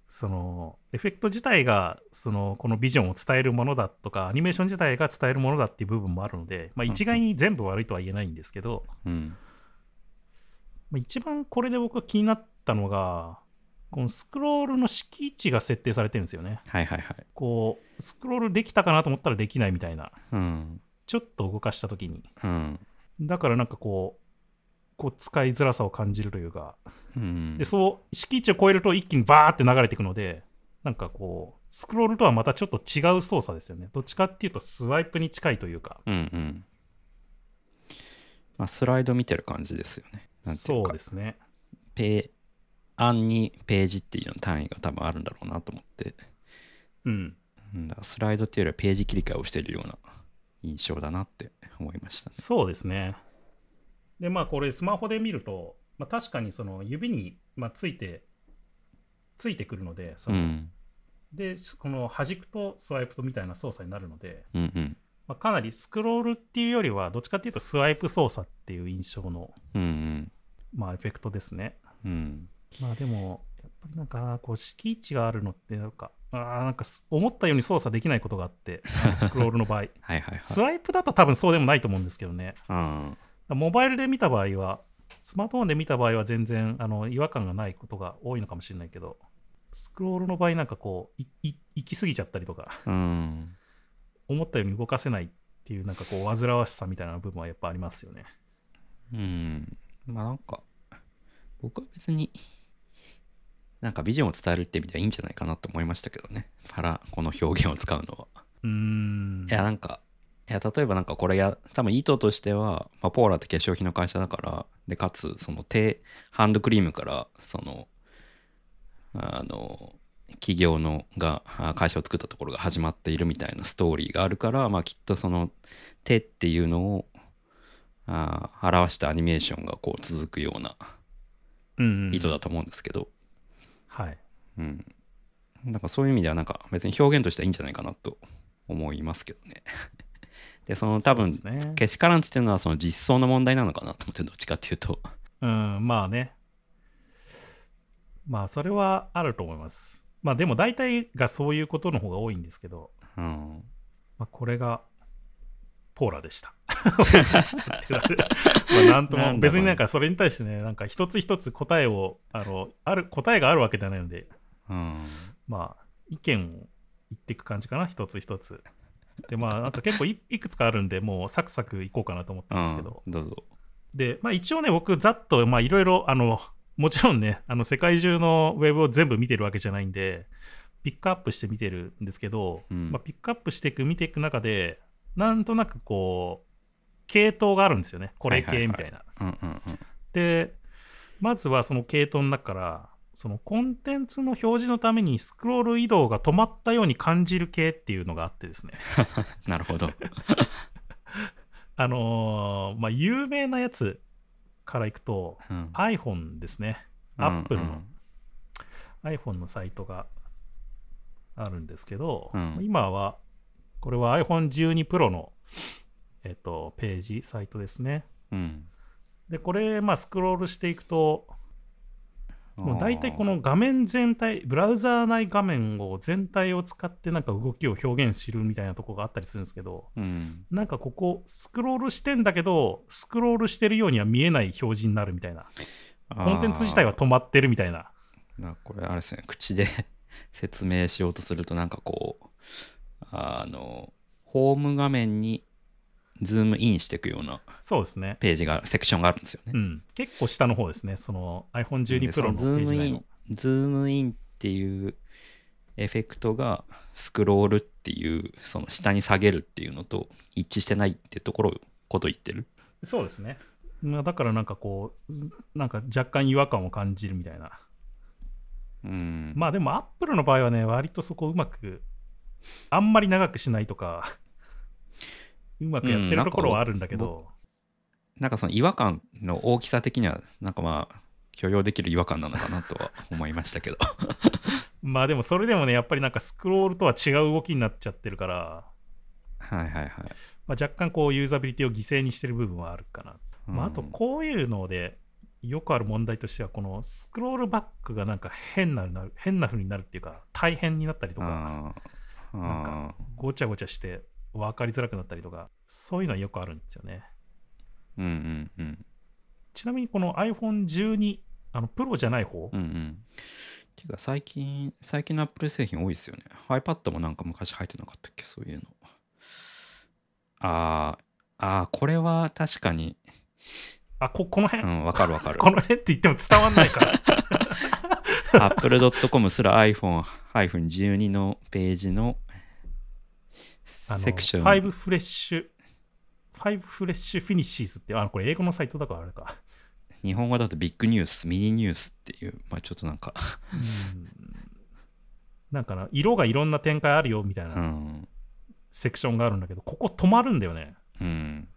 [SPEAKER 2] そのエフェクト自体がそのこのビジョンを伝えるものだとかアニメーション自体が伝えるものだっていう部分もあるので、まあ、一概に全部悪いとは言えないんですけど、
[SPEAKER 1] うん。
[SPEAKER 2] まあ、一番これで僕が気になったのが、このスクロールの敷地が設定されてるんですよね。
[SPEAKER 1] はいはいはい。
[SPEAKER 2] こう、スクロールできたかなと思ったらできないみたいな。
[SPEAKER 1] うん。
[SPEAKER 2] ちょっと動かしたときに。
[SPEAKER 1] うん。
[SPEAKER 2] だからなんかこう、こう使いづらさを感じるというか、
[SPEAKER 1] うん
[SPEAKER 2] で、。そう、敷地を超えると一気にバーって流れていくので、なんかこう、スクロールとはまたちょっと違う操作ですよね。どっちかっていうとスワイプに近いというか、
[SPEAKER 1] うんうん。まあ、スライド見てる感じですよね。なんてい
[SPEAKER 2] そう
[SPEAKER 1] か
[SPEAKER 2] で、すね。
[SPEAKER 1] ペ案にページっていうの単位が多分あるんだろうなと思って、
[SPEAKER 2] うん。
[SPEAKER 1] うん、だからスライドっていうよりはページ切り替えをしているような印象だなって思いましたね。
[SPEAKER 2] そうですね。で、まあ、これ、スマホで見ると、まあ、確かにその指に、まあ、ついて、ついてくるので、そうの
[SPEAKER 1] ん。
[SPEAKER 2] で、この弾くとスワイプとみたいな操作になるので、
[SPEAKER 1] うんうん。
[SPEAKER 2] まあ、かなりスクロールっていうよりは、どっちかっていうとスワイプ操作っていう印象の、
[SPEAKER 1] うんうん。
[SPEAKER 2] まあ、エフェクトですね。
[SPEAKER 1] うん。
[SPEAKER 2] まあ、でも、やっぱりなんか、こう、敷地があるのって、なんか、あーなんかす思ったように操作できないことがあって、 あのスクロールの場合。
[SPEAKER 1] はいはい
[SPEAKER 2] ス
[SPEAKER 1] はい。
[SPEAKER 2] ワイプだと多分そうでもないと思うんですけどね。
[SPEAKER 1] うん。
[SPEAKER 2] モバイルで見た場合は、スマートフォンで見た場合は全然あの違和感がないことが多いのかもしれないけど、スクロールの場合なんかこう、いい行き過ぎちゃったりとか、
[SPEAKER 1] うん。
[SPEAKER 2] 思ったように動かせないっていう、なんかこう、煩わしさみたいな部分はやっぱありますよね。
[SPEAKER 1] うん。まあなんか、僕は別に、なんかビジョンを伝えるって意味ではいいんじゃないかなと思いましたけどね。から、この表現を使うのは。
[SPEAKER 2] うーん。
[SPEAKER 1] いや、なんか、いや、例えばなんかこれや、多分意図としては、まあ、ポーラって化粧品の会社だから、で、かつ、その手、ハンドクリームから、その、あの、企業のが、あ会社を作ったところが始まっているみたいなストーリーがあるから、まあ、きっとその手っていうのを、あ表したアニメーションがこう続くような
[SPEAKER 2] うんうん
[SPEAKER 1] 意図だと思うんですけど、
[SPEAKER 2] はい。
[SPEAKER 1] うん。なんかそういう意味ではなんか別に表現としてはいいんじゃないかなと思いますけどね。 で、その多分、
[SPEAKER 2] そうですね
[SPEAKER 1] けしからんっていうのはその実装の問題なのかなと思ってどっちかっていうと。
[SPEAKER 2] うん、まあね。まあ、それはあると思います。まあ、でも大体がそういうことの方が多いんですけど、
[SPEAKER 1] うん。
[SPEAKER 2] まあ、これがポーラで した。ポーラでしたって言われるまあなんと
[SPEAKER 1] なんだろうね
[SPEAKER 2] も別になんかそれに対してね、なんか一つ一つ答えを、あの、ある、答えがあるわけじゃないので、
[SPEAKER 1] うん。
[SPEAKER 2] まあ、意見を言っていく感じかな、一つ一つ。で、まあ、なんか結構い いくつかあるんで、もうサクサクいこうかなと思ったんですけど。
[SPEAKER 1] うんどうぞ。
[SPEAKER 2] で、まあ一応ね、僕、ざっと、まあいろいろ、あの、もちろんね、あの、世界中のウェブを全部見てるわけじゃないんで、ピックアップして見てるんですけど、
[SPEAKER 1] うん
[SPEAKER 2] まあ、ピックアップしていく、見ていく中で、なんとなくこう、系統があるんですよね。これ
[SPEAKER 1] はいはい
[SPEAKER 2] 系
[SPEAKER 1] はい
[SPEAKER 2] みたいな。
[SPEAKER 1] うんうんうん。
[SPEAKER 2] で、まずはその系統の中から、そのコンテンツの表示のためにスクロール移動が止まったように感じる系っていうのがあってですね。
[SPEAKER 1] なるほど。
[SPEAKER 2] あのーまあ、有名なやつからいくと、
[SPEAKER 1] うん。
[SPEAKER 2] iPhone ですね。
[SPEAKER 1] うん
[SPEAKER 2] Apple の、
[SPEAKER 1] うん
[SPEAKER 2] iPhone のサイトがあるんですけど、
[SPEAKER 1] うん
[SPEAKER 2] 今は、これは iPhone12 Pro の、えっと、ページ、サイトですね。
[SPEAKER 1] うん。
[SPEAKER 2] で、これ、まあ、スクロールしていくと、もう大体この画面全体、ブラウザー内画面を全体を使ってなんか動きを表現するみたいなとこがあったりするんですけど、
[SPEAKER 1] うん。
[SPEAKER 2] なんかここ、スクロールしてんだけど、スクロールしてるようには見えない表示になるみたいな、コンテンツ自体は止まってるみたいな。
[SPEAKER 1] なこれあれですね口で説明しようとするとなんかこうあのホーム画面にズームインしていくような
[SPEAKER 2] そうですね。
[SPEAKER 1] ページがセクションがあるんですよね。
[SPEAKER 2] うん、結構下の方ですね、その
[SPEAKER 1] で
[SPEAKER 2] iPhone12
[SPEAKER 1] そ
[SPEAKER 2] Pro のペ
[SPEAKER 1] ズー
[SPEAKER 2] ー
[SPEAKER 1] ム
[SPEAKER 2] ジ
[SPEAKER 1] イ
[SPEAKER 2] 内
[SPEAKER 1] ン
[SPEAKER 2] の。
[SPEAKER 1] ズームインっていうエフェクトがスクロールっていうその下に下げるっていうのと一致してないってところこと言ってる。
[SPEAKER 2] そうですね。まあだからなんかこう、ずなんか若干違和感を感じるみたいな。
[SPEAKER 1] うん。
[SPEAKER 2] まあでもアップルの場合はね、割とそこうまく、あんまり長くしないとか、 うまくやってるところはあるんだけど、
[SPEAKER 1] なんかその違和感の大きさ的には、なんかまあ、許容できる違和感なのかなとは思いましたけど。
[SPEAKER 2] まあでもそれでもね、やっぱりなんかスクロールとは違う動きになっちゃってるから、
[SPEAKER 1] はいはいはい。
[SPEAKER 2] まあ、若干こうユーザビリティを犠牲にしてる部分はあるかな。まあ、あと
[SPEAKER 1] うん
[SPEAKER 2] こういうので、よくある問題としては、このスクロールバックがなんか変ななる変な風になるっていうか、大変になったりとか、
[SPEAKER 1] あー
[SPEAKER 2] なん
[SPEAKER 1] あ
[SPEAKER 2] ごちゃごちゃして分かりづらくなったりとか、そういうのはよくあるんですよね。
[SPEAKER 1] ー、うんうんうん。
[SPEAKER 2] ちなみにこの iPhone12、あのプロじゃない方、
[SPEAKER 1] うんうん。ていうか最近、最近のアップル製品多いですよね。iPad もなんか昔入ってなかったっけ、そういうの。あーあー、これは確かに、
[SPEAKER 2] あここの
[SPEAKER 1] う
[SPEAKER 2] 辺、
[SPEAKER 1] ん、わかるわかる。
[SPEAKER 2] この辺って言っても伝わんない から。
[SPEAKER 1] Apple.com すら iPhone-12 のページの
[SPEAKER 2] あの
[SPEAKER 1] セクション。
[SPEAKER 2] 5フレッシュ、5フレッシュフィニッシーズって、あこれ英語のサイトだからあれか。
[SPEAKER 1] 日本語だとビッグニュース、ミニニュースっていう、まあちょっとなんか、、
[SPEAKER 2] なんかな、色がいろんな展開あるよみたいうなんセクションがあるんだけど、ここ止まるんだよね。
[SPEAKER 1] うん、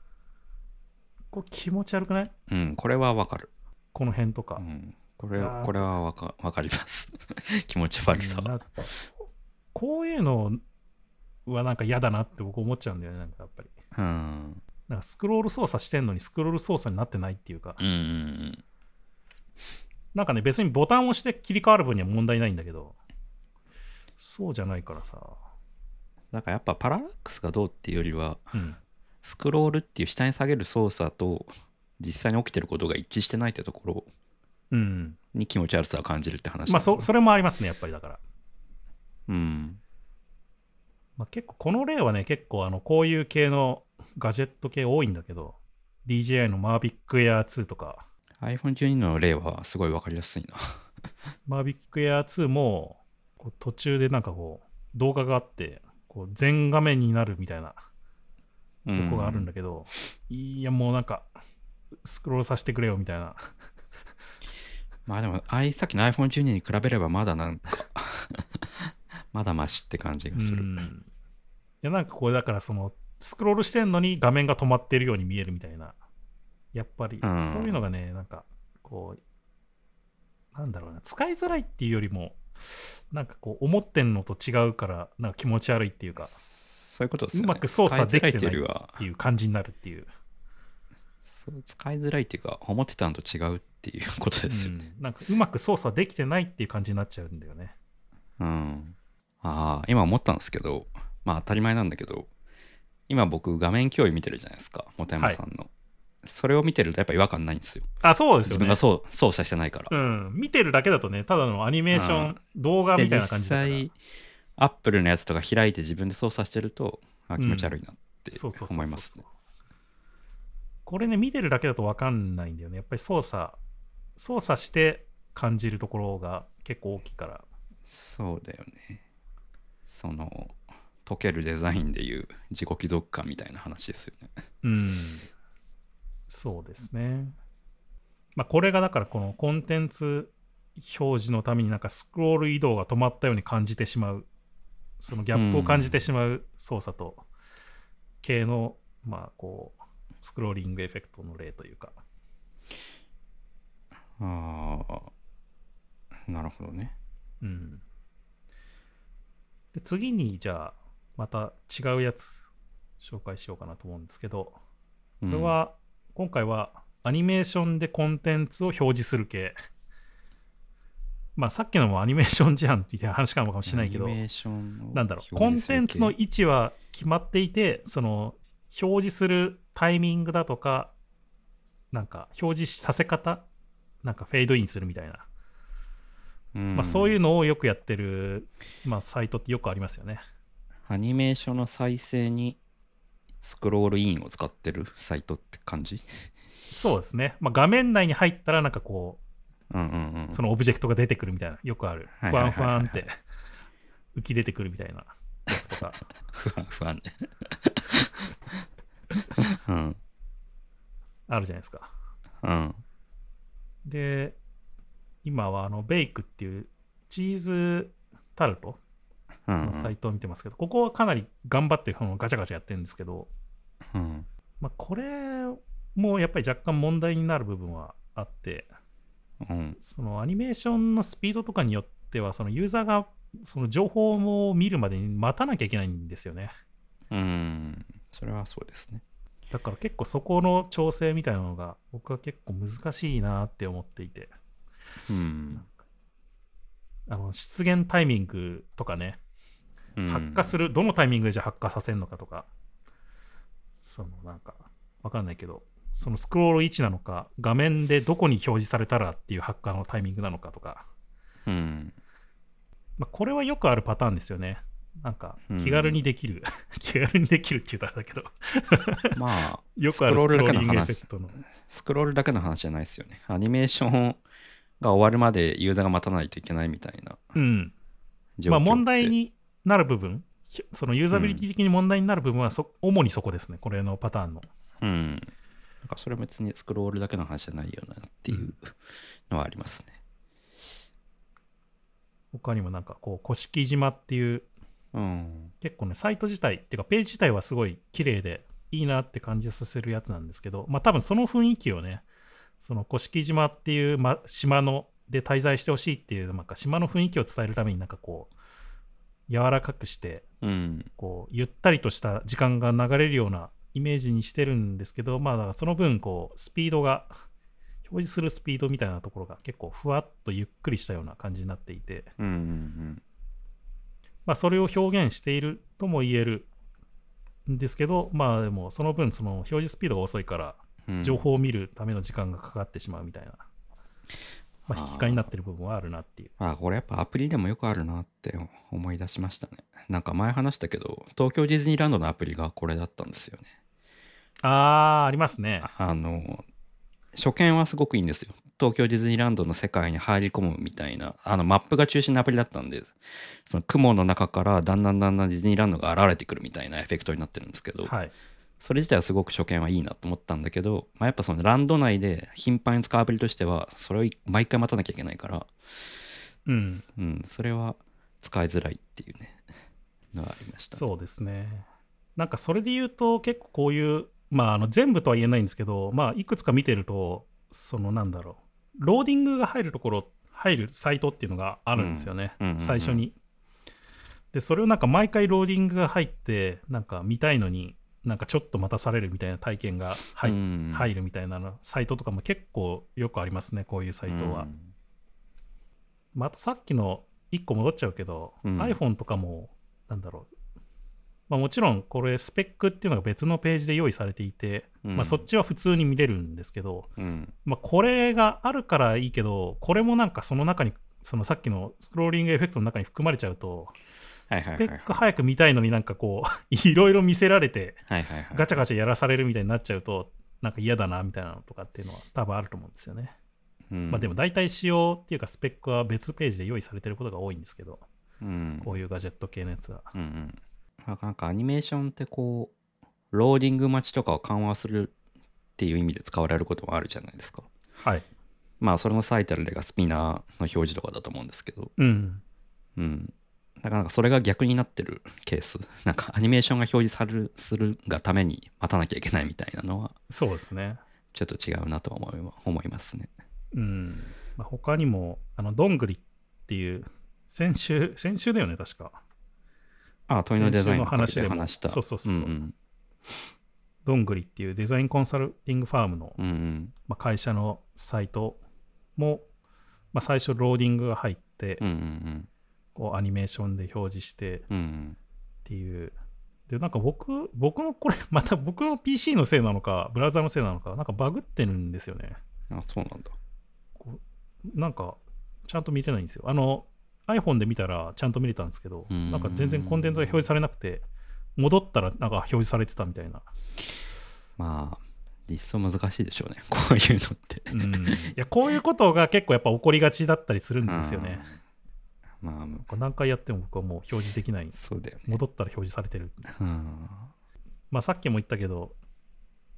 [SPEAKER 2] これ気持ち悪くない
[SPEAKER 1] うん、これはわかる。
[SPEAKER 2] この辺と
[SPEAKER 1] う
[SPEAKER 2] か。
[SPEAKER 1] ん、これ
[SPEAKER 2] あー
[SPEAKER 1] これはわかわかります。 気持ち悪さ
[SPEAKER 2] うん
[SPEAKER 1] は。
[SPEAKER 2] なんかここういうのはなんか嫌だなって僕思っちゃうんだよね、なんかやっぱり。
[SPEAKER 1] うん、
[SPEAKER 2] なんかスクロール操作してんのにスクロール操作になってないっていうか、
[SPEAKER 1] うん、うん
[SPEAKER 2] なんかね、別にボタンを押して切り替わる分には問題ないんだけど、そうじゃないからさ。
[SPEAKER 1] なんかやっぱパララックスがどうっていうよりは、
[SPEAKER 2] うん、
[SPEAKER 1] スクロールっていう下に下げる操作と、実際に起きてることが一致してないってところ
[SPEAKER 2] うん、
[SPEAKER 1] に気持ち悪さを感じるって話だね、
[SPEAKER 2] まあそ、それもありますね、やっぱりだから。
[SPEAKER 1] うん。
[SPEAKER 2] まあ、結構この例はね結構あのこういう系のガジェット系多いんだけど DJI の Mavic Air 2とか
[SPEAKER 1] iPhone12 の例はすごいわかりやすいな。
[SPEAKER 2] Mavic Air 2もこう途中でなんかこう動画があってこう全画面になるみたいなとこがあるんだけど、いやもうなんかスクロールさせてくれよみたいな
[SPEAKER 1] まあでもあいさっきの iPhone12 に比べればまだなんか まだマシって感じがす
[SPEAKER 2] う
[SPEAKER 1] る。
[SPEAKER 2] んいやなんかこれだからそのスクロールしてんのに画面が止まってるように見えるみたいなやっぱり
[SPEAKER 1] うん
[SPEAKER 2] そういうのがねなんかこうなんだろうな使いづらいっていうよりもなんかこう思ってんのと違うからなんか気持ち悪いっていうかっ
[SPEAKER 1] そういうことですよね。
[SPEAKER 2] うまく操作できてない
[SPEAKER 1] 使いづらいっていうよりは
[SPEAKER 2] ていう感じになるっていう
[SPEAKER 1] そう使いづらいっていうか思ってたんと違うっていうことですよね。
[SPEAKER 2] うんなんかうまく操作できてないっていう感じになっちゃうんだよね
[SPEAKER 1] うん。ああ今思ったんですけどまあ当たり前なんだけど今僕画面共有見てるじゃないですか本山さんの、それを見てるとやっぱ違和感ないんですよ。
[SPEAKER 2] あそうです
[SPEAKER 1] 自
[SPEAKER 2] よ
[SPEAKER 1] 分
[SPEAKER 2] ね
[SPEAKER 1] が操操作してないから。
[SPEAKER 2] うん、見てるだけだとねただのアニメーション、動画
[SPEAKER 1] で
[SPEAKER 2] みたい
[SPEAKER 1] 実
[SPEAKER 2] な感じだから
[SPEAKER 1] 際アップルのやつとか開いて自分で操作してるとあ気持ち悪いなって
[SPEAKER 2] そうそうそうそう
[SPEAKER 1] 思いますね。
[SPEAKER 2] これね、見てるだけだと分かんないんだよね。やっぱり操作、操作して感じるところが結構大きいから。
[SPEAKER 1] そうだよね。その溶けるデザインでいう自己貴族感みたいな話ですよね。
[SPEAKER 2] うん。そうですね。まあ、これがだから、このコンテンツ表示のために、なんかスクロール移動が止まったように感じてしまう、そのギャップを感じてしまう操作と、系の、まあ、こう、スクローリングエフェクトの例というか。
[SPEAKER 1] ああ、なるほどね。
[SPEAKER 2] うん。で、次に、じゃあ、また違うやつ、紹介しようかなと思うんですけど、
[SPEAKER 1] こ
[SPEAKER 2] これ、は、今回は、アニメーションでコンテンツを表示する系。まあ、さっきのもアニメーションじゃんみたいな話かもかもしれないけど
[SPEAKER 1] アニ、メーションを
[SPEAKER 2] なんだろう、コ
[SPEAKER 1] 表
[SPEAKER 2] ン
[SPEAKER 1] 示す
[SPEAKER 2] テ
[SPEAKER 1] る
[SPEAKER 2] ン
[SPEAKER 1] 系
[SPEAKER 2] ツの位置は決まっていて、その、表示するタイミングだとか、なんか、表示させ方、なんか、フェードインするみたいな。
[SPEAKER 1] うん
[SPEAKER 2] まあ、そういうのをよくやってる、まあ、サイトってよくありますよね。
[SPEAKER 1] アニメーションの再生にスクロールインを使ってるサイトって感じ
[SPEAKER 2] そうですね。まあ、画面内に入ったら、なんかこ
[SPEAKER 1] うんうんうん。
[SPEAKER 2] う、そのオブジェクトが出てくるみたいな、よくある。
[SPEAKER 1] はい
[SPEAKER 2] ふ
[SPEAKER 1] はい
[SPEAKER 2] わ
[SPEAKER 1] はい
[SPEAKER 2] んふ
[SPEAKER 1] はいは
[SPEAKER 2] わ
[SPEAKER 1] い
[SPEAKER 2] んって浮き出てくるみたいなやつとか。
[SPEAKER 1] 不安 不 安ね。うん
[SPEAKER 2] あるじゃないですか。
[SPEAKER 1] うん
[SPEAKER 2] で、今はあのベイクっていうチーズタルト
[SPEAKER 1] うん
[SPEAKER 2] のサイトを見てますけど、ここはかなり頑張ってこのガチャガチャやってるんですけど、
[SPEAKER 1] うん
[SPEAKER 2] まあ、これもやっぱり若干問題になる部分はあって、
[SPEAKER 1] うん
[SPEAKER 2] そのアニメーションのスピードとかによっては、そのユーザーがその情報を見るまでに待たなきゃいけないんですよね。
[SPEAKER 1] うんそれはそうですね
[SPEAKER 2] だから結構そこの調整みたいなのが僕は結構難しいなって思っていて
[SPEAKER 1] うん
[SPEAKER 2] あの出現タイミングとかね発火す
[SPEAKER 1] る
[SPEAKER 2] る、どのタイミングでじゃあ発火させるのかとかそのなんかわかんないけどそのスクロール位置なのか画面でどこに表示されたらっていう発火のタイミングなのかとか、
[SPEAKER 1] うん
[SPEAKER 2] まあ、これはよくあるパターンですよねなんか
[SPEAKER 1] うん
[SPEAKER 2] 気軽にできる、 気軽にできるって言ったらあれだけど
[SPEAKER 1] まあ
[SPEAKER 2] よくある
[SPEAKER 1] スクロ
[SPEAKER 2] スクロ
[SPEAKER 1] ールだ
[SPEAKER 2] ー
[SPEAKER 1] け
[SPEAKER 2] リ
[SPEAKER 1] の
[SPEAKER 2] ングエフ
[SPEAKER 1] 話
[SPEAKER 2] ェクトの
[SPEAKER 1] スクロールだけの話じゃないですよねアニメーションが終わるまでユーザーが待たないといけないみたいな
[SPEAKER 2] うん
[SPEAKER 1] 状況って
[SPEAKER 2] まあ、問題になる部分、ひそのユーザビリティ的に問題になる部分はそ、主にそこですね、これのパターンの。
[SPEAKER 1] うんなんかそれは別にスクロールだけの話じゃないよなっていうのはありますね
[SPEAKER 2] 他にもなんかこう、甑島っていう、
[SPEAKER 1] うん
[SPEAKER 2] 結構ね、サイト自体、っていうかページ自体はすごい綺麗で、いいなって感じさせるやつなんですけど、まあ多分その雰囲気をね、その甑島っていう、ま、島ので滞在してほしいっていう、なんか島の雰囲気を伝えるために、なんかこう、柔らかくして、
[SPEAKER 1] うん
[SPEAKER 2] こうゆったりとした時間が流れるようなイメージにしてるんですけど、まあ、だからその分こうスピードが表示するスピードみたいなところが結構ふわっとゆっくりしたような感じになっていて、
[SPEAKER 1] うんうん
[SPEAKER 2] まあ、それを表現しているとも言えるんですけどまあでもその分その表示スピードが遅いから
[SPEAKER 1] うん
[SPEAKER 2] 情報を見るための時間がかかってしまうみたいな、まあ、
[SPEAKER 1] あー
[SPEAKER 2] 引き換えになってる部分はあるなっていう。
[SPEAKER 1] あこれやっぱアプリでもよくあるなって思い出しましたねなんか前話したけど東京ディズニーランドのアプリがこれだったんですよね
[SPEAKER 2] あーありますね。
[SPEAKER 1] あの初見はすごくいいんですよ東京ディズニーランドの世界に入り込むみたいなあのマップが中心のアプリだったんでその雲の中からだんだんだんだんディズニーランドが現れてくるみたいなエフェクトになってるんですけど、
[SPEAKER 2] はい、
[SPEAKER 1] それ自体はすごく初見はいいなと思ったんだけど、まあ、やっぱそのランド内で頻繁に使うアプリとしてはそれを毎回待たなきゃいけないから、
[SPEAKER 2] うん、
[SPEAKER 1] うん、それは使いづらいっていうね、のはありました。う。
[SPEAKER 2] そうですね。なんかそれで言うと結構こういう、まあ、あの全部とは言えないんですけど、まあ、いくつか見てるとそのなんだろうローディングが入るところ入るサイトっていうのがあるんですよね、
[SPEAKER 1] うんうんうんうん
[SPEAKER 2] 最初に。でそれをなんか毎回ローディングが入ってなんか見たいのになんかちょっと待たされるみたいな体験が入,、
[SPEAKER 1] ん
[SPEAKER 2] 入るみたいなのサイトとかも結構よくありますねこういうサイトは。まあ、あとさっきの1個戻っちゃうけど、
[SPEAKER 1] うん
[SPEAKER 2] iPhone とかもなんだろう、まあ、もちろんこれスペックっていうのが別のページで用意されていて、
[SPEAKER 1] うん
[SPEAKER 2] まあ、そっちは普通に見れるんですけど、
[SPEAKER 1] うん。うん
[SPEAKER 2] まあ、これがあるからいいけどこれもなんかその中にそのさっきのスクローリングエフェクトの中に含まれちゃうと、
[SPEAKER 1] はい
[SPEAKER 2] ス
[SPEAKER 1] はい
[SPEAKER 2] ペ
[SPEAKER 1] はい
[SPEAKER 2] ック早く見たいのになんかこう いろいろ見せられて
[SPEAKER 1] はいはいはい。
[SPEAKER 2] ガチャガチャやらされるみたいになっちゃうとなんか嫌だなみたいなのとかっていうのは多分あると思うんですよね。
[SPEAKER 1] うん
[SPEAKER 2] まあでも、大体仕様っていうかスペックは別ページで用意されてることが多いんですけど、
[SPEAKER 1] うん、
[SPEAKER 2] こういうガジェット系のやつは。
[SPEAKER 1] うんうん。なんかなんかアニメーションってこう、ローディング待ちとかを緩和するっていう意味で使われることもあるじゃないですか。
[SPEAKER 2] はい。
[SPEAKER 1] まあ、それの最たる例がスピナーの表示とかだと思うんですけど、
[SPEAKER 2] うん。
[SPEAKER 1] うん。なかなかそれが逆になってるケース。なんかアニメーションが表示されるするがために待たなきゃいけないみたいなのは、
[SPEAKER 2] そうですね。
[SPEAKER 1] ちょっと違うなとは思いま思いますね。
[SPEAKER 2] うん。まあ、他にも、あの、どんぐりっていう、先週、先週だよね、確か。
[SPEAKER 1] あ、問いのデザインの
[SPEAKER 2] 先週
[SPEAKER 1] 話
[SPEAKER 2] の話
[SPEAKER 1] で
[SPEAKER 2] でも
[SPEAKER 1] 話した。
[SPEAKER 2] そうそうそうそうんどんぐりっていうデザインコンサルティングファームの、
[SPEAKER 1] うん。うんうん
[SPEAKER 2] まあ、会社のサイトも、まあ、最初ローディングが入って、
[SPEAKER 1] うんうん
[SPEAKER 2] こうアニメーションで表示して、
[SPEAKER 1] うんうん
[SPEAKER 2] っていう。で、なんか僕、僕のこれ、また僕の PC のせいなのか、ブラウザのせいなのか、なんかバグってるんですよね。
[SPEAKER 1] うん。あ、そうなんだ。
[SPEAKER 2] こうなんか、ちゃんと見れないんですよ。あの、iPhone で見たらちゃんと見れたんですけど、
[SPEAKER 1] うーん
[SPEAKER 2] なんか全然コンテンツが表示されなくて、戻ったらなんか表示されてたみ たいな。
[SPEAKER 1] まあ、実装難しいでしょうね。こういうのって。
[SPEAKER 2] うん。いや、こういうことが結構やっぱ起こりがちだったりするんですよね。
[SPEAKER 1] うん。まあ、
[SPEAKER 2] これ何回やっても僕はもう表示できない。
[SPEAKER 1] そうだよね。
[SPEAKER 2] 戻ったら表示されてる。
[SPEAKER 1] うん。
[SPEAKER 2] まあ、さっきも言ったけど、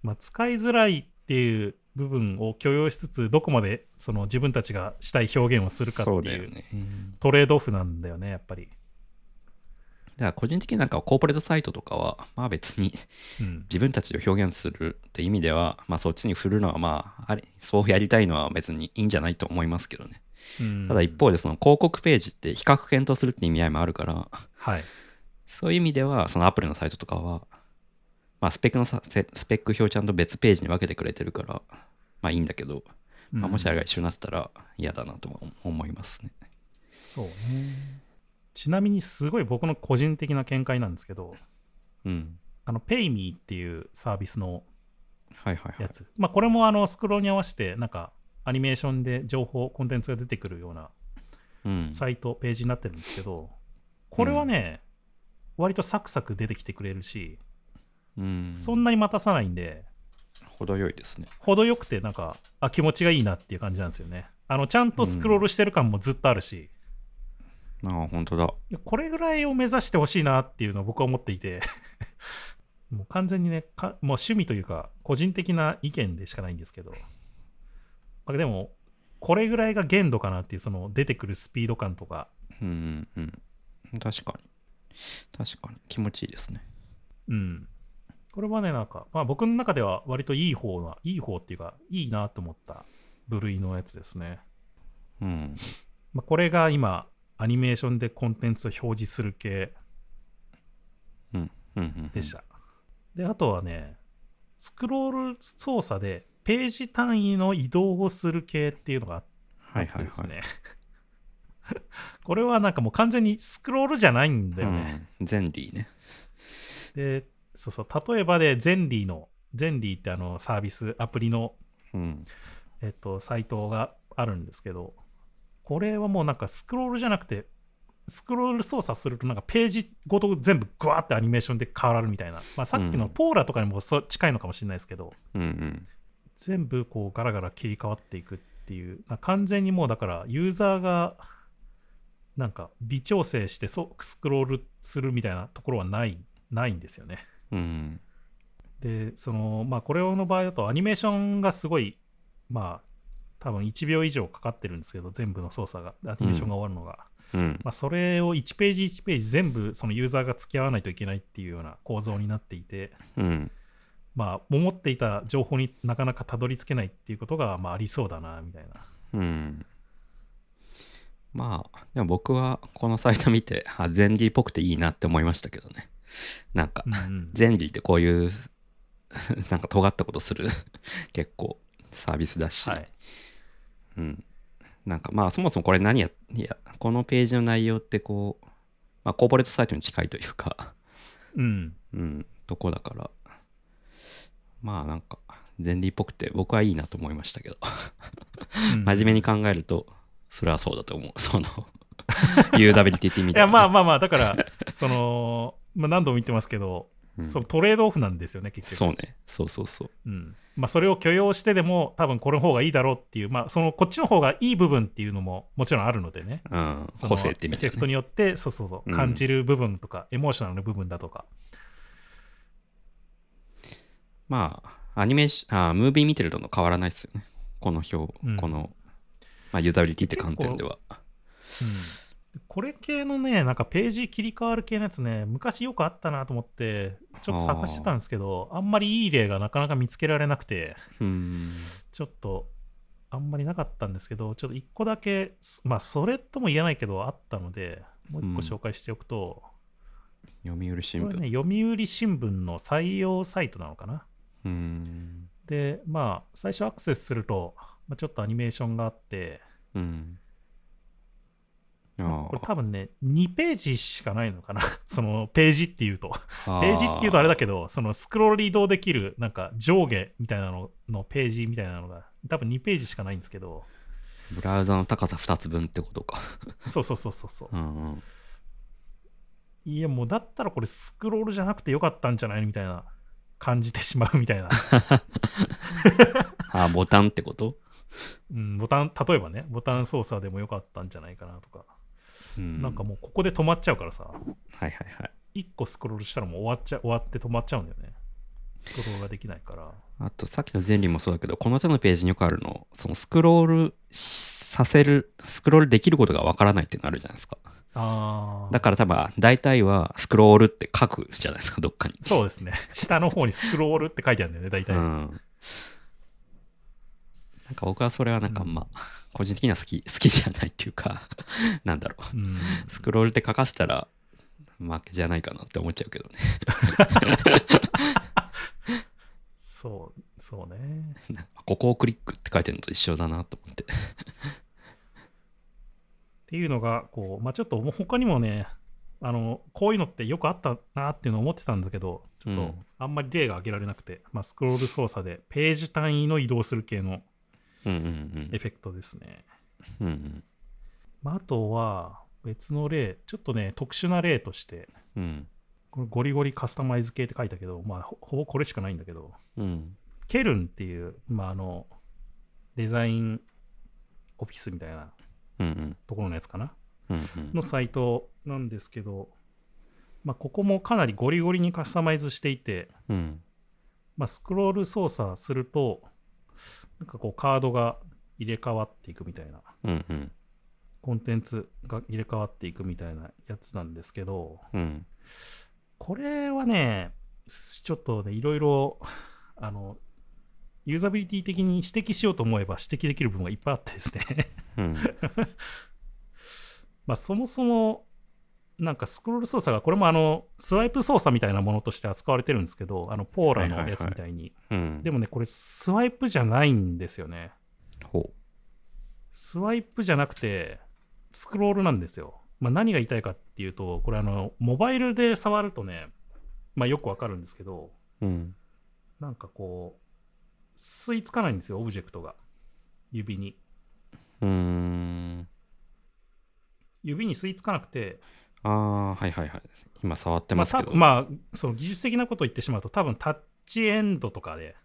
[SPEAKER 2] まあ、使いづらいっていう部分を許容しつつ、どこまでその自分たちがしたい表現をするか
[SPEAKER 1] そう
[SPEAKER 2] って
[SPEAKER 1] だ
[SPEAKER 2] い
[SPEAKER 1] よ
[SPEAKER 2] う
[SPEAKER 1] ね。
[SPEAKER 2] トレードオフなんだよね、やっぱり。
[SPEAKER 1] だから個人的になんかコーポレートサイトとかは、まあ別に
[SPEAKER 2] うん、
[SPEAKER 1] 自分たちを表現するって意味では、まあそっちに振るのはまあ、あれ、そうやりたいのは別にいいんじゃないと思いますけどね。ただ一
[SPEAKER 2] うん、
[SPEAKER 1] 方でその広告ページって比較検討するって意味合いもあるから、
[SPEAKER 2] はい、
[SPEAKER 1] そういう意味では、そのアプリのサイトとかは、まあ、スペックのさせスペック表をちゃんと別ページに分けてくれてるから、まあいいんだけど、まあ、もしあれ
[SPEAKER 2] れ
[SPEAKER 1] が一緒になってたら嫌だなとは思いますね。
[SPEAKER 2] そうね。ちなみに、すごい僕の個人的な見解なんですけど、
[SPEAKER 1] うん。
[SPEAKER 2] あの、PayMe っていうサービスの
[SPEAKER 1] はいはいは
[SPEAKER 2] や
[SPEAKER 1] い。
[SPEAKER 2] つ。まあ、これもあのスクロールに合わせて、なんかアニメーションで情報、コンテンツが出てくるような
[SPEAKER 1] うん、
[SPEAKER 2] サイト、ページになってるんですけど、これはね、割とサクサク出てきてくれるし、
[SPEAKER 1] うん、
[SPEAKER 2] そんなに待たさないんで、
[SPEAKER 1] 程よいですね。
[SPEAKER 2] 程よくて、なんか、あ、気持ちがいいなっていう感じなんですよね。あの、ちゃんとスクロールしてる感もずっとあるし、
[SPEAKER 1] まあ本当だ。
[SPEAKER 2] でこれぐらいを目指してほしいなっていうのを僕は思っていて、 もう完全にね、かもう趣味というか、個人的な意見でしかないんですけど、まあ、でも、これぐらいが限度かなっていう、その出てくるスピード感とか、
[SPEAKER 1] うんうんうん。確かに。確かに。気持ちいいですね。
[SPEAKER 2] うん。これはね、なんか、まあ僕の中では割といい方な、いい方っていうか、いいなと思った部類のやつですね。
[SPEAKER 1] うん。
[SPEAKER 2] まあ、これが今、アニメーションでコンテンツを表示する系
[SPEAKER 1] うん。うん、うん。
[SPEAKER 2] でし。た。で、あとはね、スクロール操作でページ単位の移動をする系っていうのがあ
[SPEAKER 1] は
[SPEAKER 2] っ
[SPEAKER 1] い
[SPEAKER 2] て
[SPEAKER 1] はい
[SPEAKER 2] ですね、
[SPEAKER 1] はい。
[SPEAKER 2] これはなんかもう完全にスクロールじゃないんだ
[SPEAKER 1] う
[SPEAKER 2] よね。
[SPEAKER 1] ん、ゼンリーね。
[SPEAKER 2] で、そうそう、例えばで、ゼンリーの、ゼンリーってあのサービス、アプリの、
[SPEAKER 1] うん。
[SPEAKER 2] えっと、サイトがあるんですけど、これはもうなんかスクロールじゃなくて、スクロール操作するとなんかページごと全部グワーってアニメーションで変わるみたいな、まあ、さっきの
[SPEAKER 1] うん
[SPEAKER 2] ポーラとかにもそう近いのかもしれないですけど、
[SPEAKER 1] うんうん。
[SPEAKER 2] 全部こうガラガラ切り替わっていくっていうな完全にもうだからユーザーがなんか微調整してそスクロールするみたいなところはないないんですよね
[SPEAKER 1] うん。
[SPEAKER 2] でそのまあこれの場合だとアニメーションがすごいまあ多分1秒以上かかってるんですけど全部の操作がアニメーションが終わるのが、
[SPEAKER 1] うん。
[SPEAKER 2] まあ、それを1ページ1ページ全部そのユーザーが付き合わないといけないっていうような構造になっていて
[SPEAKER 1] うん。
[SPEAKER 2] まあ、思っていた情報になかなかたどり着けないっていうことが、まあ、ありそうだな、みたいな。
[SPEAKER 1] うん。まあ、でも僕はこのサイト見て、あ、ゼンリーっぽくていいなって思いましたけどね。なんか、
[SPEAKER 2] うん
[SPEAKER 1] ゼンリーってこういう、 なんか尖ったことする、 結構サービスだし、
[SPEAKER 2] はい。
[SPEAKER 1] うん。なんかまあ、そもそもこれ何や、いや、このページの内容ってこう、まあ、コーポレートサイトに近いというか、
[SPEAKER 2] うん。
[SPEAKER 1] うん、とこだから、まあなんか、ゼンリーっぽくて僕はいいなと思いましたけど。
[SPEAKER 2] うん
[SPEAKER 1] 真面目に考えると、それはそうだと思う。 その、ユーザビリティって意味
[SPEAKER 2] い
[SPEAKER 1] では
[SPEAKER 2] や、
[SPEAKER 1] ね、
[SPEAKER 2] まあまあまあ、だから、 その、まあ、何度も言ってますけど、
[SPEAKER 1] うん
[SPEAKER 2] そのトレードオフなんですよね、結局。
[SPEAKER 1] そうね。そうそうそう。
[SPEAKER 2] うんまあ、それを許容してでも、多分これの方がいいだろうっていう、まあ、そのこっちの方がいい部分っていうのももちろんあるのでね。
[SPEAKER 1] うん。
[SPEAKER 2] その
[SPEAKER 1] 個性って意味
[SPEAKER 2] エフ
[SPEAKER 1] で
[SPEAKER 2] ェクト
[SPEAKER 1] ね。
[SPEAKER 2] によって、そうそうそう、
[SPEAKER 1] うん
[SPEAKER 2] 感じる部分とか、エモーショナルな部分だとか。
[SPEAKER 1] まあ、アニメーション、あームービー見てるのと変わらないですよね。この表、
[SPEAKER 2] うん
[SPEAKER 1] この、まあ、ユーザビリティって観点では。
[SPEAKER 2] うんこれ系のね、なんかページ切り替わる系のやつね、昔よくあったなと思って、ちょっと探してたんですけど、あんまりいい例がなかなか見つけられなくて、
[SPEAKER 1] うん。
[SPEAKER 2] ちょっと、あんまりなかったんですけど、ちょっと一個だけ、すまあ、それとも言えないけど、あったので、もう一個紹介しておくと、
[SPEAKER 1] 読売新
[SPEAKER 2] これ
[SPEAKER 1] 聞。
[SPEAKER 2] ね、読売新聞の採用サイトなのかな。
[SPEAKER 1] うん。
[SPEAKER 2] で、まあ、最初アクセスすると、まあ、ちょっとアニメーションがあって、
[SPEAKER 1] うん。あ
[SPEAKER 2] これ
[SPEAKER 1] ー
[SPEAKER 2] 多分ね、2ページしかないのかな、 そのページっていうと。
[SPEAKER 1] あ。
[SPEAKER 2] ページっていうとあれだ
[SPEAKER 1] け
[SPEAKER 2] けど、そのスクロール移動できるなんか上下みたいなののページみたいなのが多分2ページしかないんですけど、
[SPEAKER 1] ブラウザの高さ2つ分ってことか。
[SPEAKER 2] そうそうそうそうそう。
[SPEAKER 1] うんう ん。
[SPEAKER 2] いやもうだったらこれスクロールじゃなくてよかったんじゃないみたいな感じてしまうみたいな、
[SPEAKER 1] あーボタンってこと
[SPEAKER 2] うん、ボタン、例えばね、ボタン操作でもよかったんじゃないかなとか、
[SPEAKER 1] うん。
[SPEAKER 2] なんかもうここで止まっちゃうからさ、
[SPEAKER 1] はいはいはい。
[SPEAKER 2] 1個スクロールしたらもう終わっちゃ終わって止まっちゃうんだよね。スクロールができないから。
[SPEAKER 1] あとさっきの前理もそうだけど、この手のページによくあるの、そのスクロールさせる、スクロールできることがわからないっていうのあるじゃないですか。
[SPEAKER 2] ああ。
[SPEAKER 1] だから多分、大体はスクロールって書くじゃないですか、どっかに。
[SPEAKER 2] そうですね。 下の方にスクロールって書いてあるんだよね、大体。
[SPEAKER 1] うん。なんか僕はそれはなんかあんま、
[SPEAKER 2] う
[SPEAKER 1] 個人的には好き、好きじゃないっていうか、なんだろう。
[SPEAKER 2] うん
[SPEAKER 1] スクロールって書かせたら負けじゃないかなって思っちゃうけどね。
[SPEAKER 2] そう、そうね。
[SPEAKER 1] なんかここをクリックって書いてるのと一緒だなと思って。
[SPEAKER 2] っていうのが、こう、まあちょっともう他にもね、あの、こういうのってよくあったなっていうのを思ってたんだけど、ちょっ
[SPEAKER 1] う
[SPEAKER 2] と
[SPEAKER 1] ん
[SPEAKER 2] あんまり例が挙げられなくて、まあスクロール操作でページ単位の移動する系の
[SPEAKER 1] うん
[SPEAKER 2] エフェクトですね。
[SPEAKER 1] うんうん。うん
[SPEAKER 2] まあ、あとは別の例、ちょっとね、特殊な例として、
[SPEAKER 1] うん。うん。
[SPEAKER 2] これゴリゴリカスタマイズ系って書いたけど、まあ、ほほぼこれしかないんだけど、
[SPEAKER 1] うん。
[SPEAKER 2] ケルンっていう、まあ、あのデザインオフィスみたいな
[SPEAKER 1] うんうん。
[SPEAKER 2] ところのやつかな、
[SPEAKER 1] うんうん
[SPEAKER 2] のサイトなんですけど、まあ、ここもかなりゴリゴリにカスタマイズしていて、
[SPEAKER 1] うん。
[SPEAKER 2] まあ、スクロール操作すると、なんかこうカードが入れ替わっていくみたいな、
[SPEAKER 1] うんうん。
[SPEAKER 2] コンテンツが入れ替わっていくみたいなやつなんですけど、
[SPEAKER 1] うん。
[SPEAKER 2] これはね、ちょっとね、いろいろ、あの、ユーザビリティ的に指摘しようと思えば指摘できる部分がいっぱいあってですね。
[SPEAKER 1] うん。
[SPEAKER 2] まあ、そもそも、なんかスクロール操作が、これもあの、スワイプ操作みたいなものとして扱われてるんですけど、あの、ポーラのやつみたいに。
[SPEAKER 1] うん。
[SPEAKER 2] でもね、これ、スワイプじゃないんですよね。
[SPEAKER 1] ほ
[SPEAKER 2] スワイプじゃなくて、スクロールなんですよ。まあ、何が言いたいかっていうと、これ、あの、モバイルで触るとね、まあ、よくわかるんですけど、
[SPEAKER 1] う。うん。
[SPEAKER 2] なんかこう、吸い付かないんですよ、オブジェクトが。指に。
[SPEAKER 1] うーん。
[SPEAKER 2] 指に吸い付かなくて、
[SPEAKER 1] ああ、はいはいはい。今触って
[SPEAKER 2] ま
[SPEAKER 1] ま
[SPEAKER 2] あ、
[SPEAKER 1] す
[SPEAKER 2] た
[SPEAKER 1] けど。
[SPEAKER 2] まあ、その技術的なことを言ってしまうと、多分タッチエンドとかで、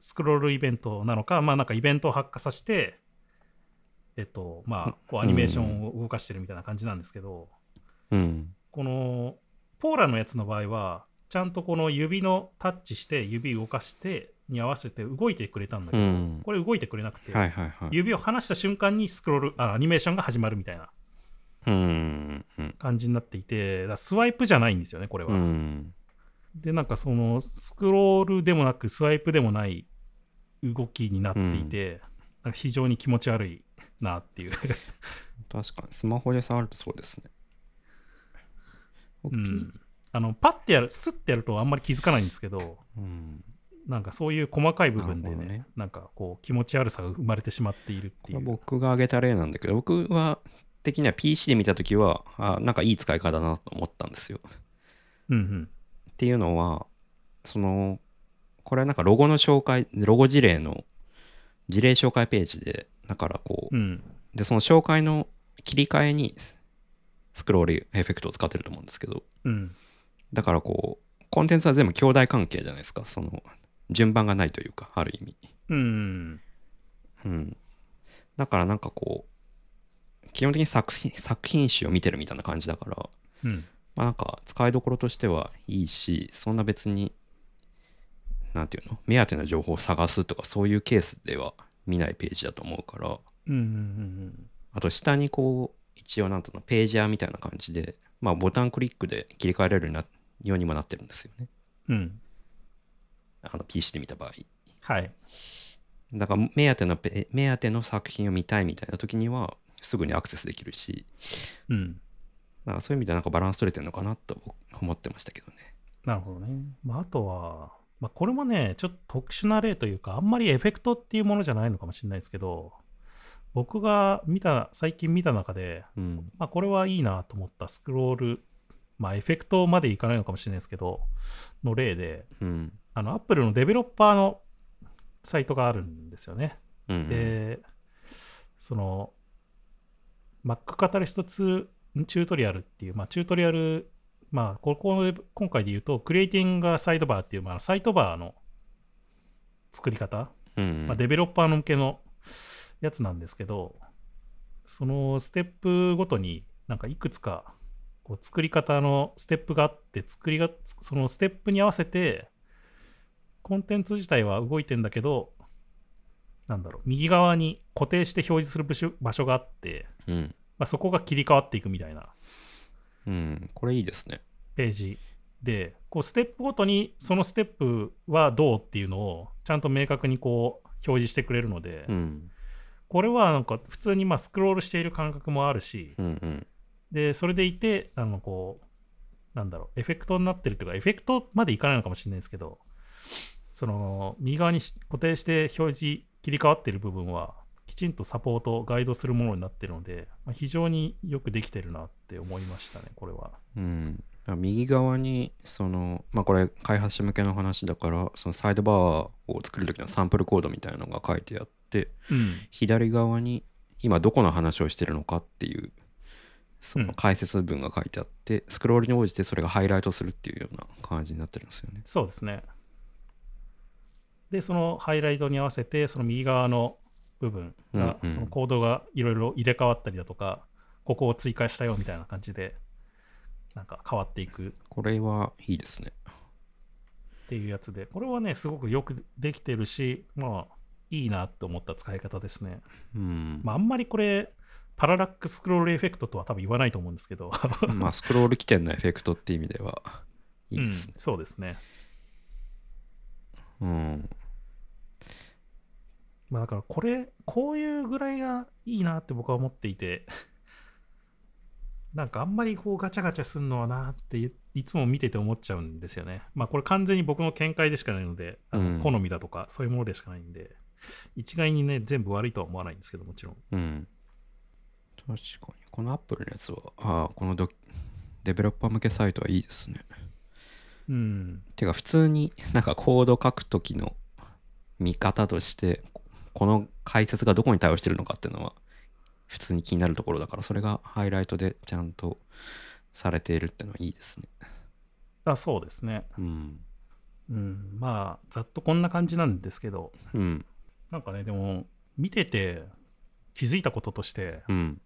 [SPEAKER 2] スクロールイベントなのか、まあなんかイベントを発火させて、えっと、まあ、こうアニメーションを動かしてるみたいな感じなんですけど、
[SPEAKER 1] うん。
[SPEAKER 2] この、ポーラのやつの場合は、ちゃんとこの指のタッチして、指動かしてに合わせて動いてくれたんだけ
[SPEAKER 1] う
[SPEAKER 2] ど、
[SPEAKER 1] ん。
[SPEAKER 2] これ動いてくれなくて、
[SPEAKER 1] はいはいはい。
[SPEAKER 2] 指を離した瞬間にスクロールあアニメーションが始まるみたいな
[SPEAKER 1] うん。うん。
[SPEAKER 2] 感じになっていてだからスワイプじゃないんですよねこれは、
[SPEAKER 1] うん。
[SPEAKER 2] でなんかそのスクロールでもなくスワイプでもない動きになっていて、なんか非常に気持ち悪いなってい う
[SPEAKER 1] 確かに、スマホで触るとそうですね。
[SPEAKER 2] う
[SPEAKER 1] 僕
[SPEAKER 2] んあのパッてやるスッてやるとあんまり気づかないんですけど
[SPEAKER 1] うん。
[SPEAKER 2] なんかそういう細かい部分で
[SPEAKER 1] なる
[SPEAKER 2] ねな
[SPEAKER 1] ほどね
[SPEAKER 2] んかこう気持ち悪さが生まれてしまっているっ
[SPEAKER 1] こ
[SPEAKER 2] てい
[SPEAKER 1] れは
[SPEAKER 2] う
[SPEAKER 1] 僕が挙げた例なんだけど、僕は的には PC で見たときは、あなんかいい使い方だなと思ったんですよ。
[SPEAKER 2] うんうん
[SPEAKER 1] っていうのは、その、これはなんかロゴの紹介、ロゴ事例の事例紹介ページで、だからこう
[SPEAKER 2] う、ん
[SPEAKER 1] で、その紹介の切り替えにスクロールエフェクトを使ってると思うんですけど、
[SPEAKER 2] うん
[SPEAKER 1] だからこう、コンテンツは全部兄弟関係じゃないですか、その、順番がないというか、ある意味。
[SPEAKER 2] うん
[SPEAKER 1] うん。だからなんかこう、基本的に作品作品集を見てるみたいな感じだから、
[SPEAKER 2] うん
[SPEAKER 1] まあなんか使いどころとしてはいいし、そんな別に、なんていうの、目当ての情報を探すとかそういうケースでは見ないページだと思うから、
[SPEAKER 2] うんうんうん
[SPEAKER 1] あと下にこう、一応なんつうの、ページャーみたいな感じで、まあボタンクリックで切り替えられるようになようにもなってるんですよね。
[SPEAKER 2] うんうん
[SPEAKER 1] あの PC で見た場合。
[SPEAKER 2] はい
[SPEAKER 1] だから目当てのペ、目当ての作品を見たいみたいな時には、すぐにアクセスできるし、
[SPEAKER 2] うん
[SPEAKER 1] だからそういう意味ではなんかバランス取れてるのかなと僕思ってましたけどね。
[SPEAKER 2] なるほどね。まあ、あとは、まあ、これもね、ちょっと特殊な例というか、あんまりエフェクトっていうものじゃないのかもしれないですけど、僕が見た、最近見た中で、
[SPEAKER 1] うん。
[SPEAKER 2] まあ、これはいいなと思ったスクロール、まあ、エフェクトまでいかないのかもしれないですけど、の例で、
[SPEAKER 1] うん。
[SPEAKER 2] あの、Apple のデベロッパーのサイトがあるんですよね。
[SPEAKER 1] うん、
[SPEAKER 2] で、その、Mac カタリスト2チュートリアルっていう、まあ、チュートリアル、まあ、ここの今回で言うと、クリエイティングがサイドバーっていう、まあ、サイトバーの作り方、
[SPEAKER 1] うんうん、
[SPEAKER 2] まあ、デベロッパーの向けのやつなんですけど、そのステップごとに、なんかいくつかこう作り方のステップがあって、作りがそのステップに合わせて、コンテンツ自体は動いてんだけど、なんだろう、右側に固定して表示する部署場所があって、
[SPEAKER 1] うん。
[SPEAKER 2] まあ、そこが切り替わっていくみたいな
[SPEAKER 1] うん。これいいですね。
[SPEAKER 2] ページで、こうステップごとにそのステップはどうっていうのをちゃんと明確にこう表示してくれるので、
[SPEAKER 1] うん。
[SPEAKER 2] これはなんか普通にまあスクロールしている感覚もあるし、
[SPEAKER 1] うんうん。
[SPEAKER 2] で、それでいて、あの、こう、なんだろう、エフェクトになってるというか、エフェクトまでいかないのかもしれないですけど、その、右側にし固定して表示切り替わってる部分は、きちんとサポート、ガイドするものになってるので、まあ、非常によくできてるなって思いましたね、これは。
[SPEAKER 1] うん、だから右側にその、まあ、これ開発者向けの話だからそのサイドバーを作る時のサンプルコードみたいなのが書いてあって
[SPEAKER 2] うん。
[SPEAKER 1] 左側に今どこの話をしてるのかっていうその解説文が書いてあって、スクロールに応じてそれがハイライトするっていうような感じになってるんですよね。
[SPEAKER 2] そうですね。で、そのハイライトに合わせて、その右側の部分が、
[SPEAKER 1] うんうん
[SPEAKER 2] そのコードがいろいろ入れ替わったりだとか、ここを追加したよみたいな感じで、なんか変わっていく
[SPEAKER 1] これはいいですね。
[SPEAKER 2] っていうやつで、これはね、すごくよくできてるし、まあ、いいなと思った使い方ですね。
[SPEAKER 1] うん、
[SPEAKER 2] まあ、あんまりこれ、パララックスクロールエフェクトとは多分言わないと思うんですけど、
[SPEAKER 1] まあスクロール起点のエフェクトっていう意味ではいいですね
[SPEAKER 2] うん。そうですね。
[SPEAKER 1] うん、
[SPEAKER 2] まあ、だから、これ、こういうぐらいがいいなって僕は思っていて、 なんかあんまりこうガチャガチャするのはなっていいつも見てて思っちゃうんですよね。まあこれ完全に僕の見解でしかないので、あ
[SPEAKER 1] うん
[SPEAKER 2] の好みだとかそういうものでしかないんで、一概にね、全部悪いとは思わないんですけどもちろん。
[SPEAKER 1] うん。確かに。このアップルのやつは、ああ、このドキデベロッパー向けサイトはいいですね。
[SPEAKER 2] うん。
[SPEAKER 1] てか、普通に なんかコード書くときの見方として、ここの解説がどこに対応してるのかっていうのは、普通に気になるところだから、それがハイライトでちゃんとされているってのはいいですね。
[SPEAKER 2] あそうですね。
[SPEAKER 1] うん。
[SPEAKER 2] うん、まあ、ざっとこんな感じなんですけど、
[SPEAKER 1] うん。
[SPEAKER 2] なんかね、でも、見てて気づいたこととして、
[SPEAKER 1] うん。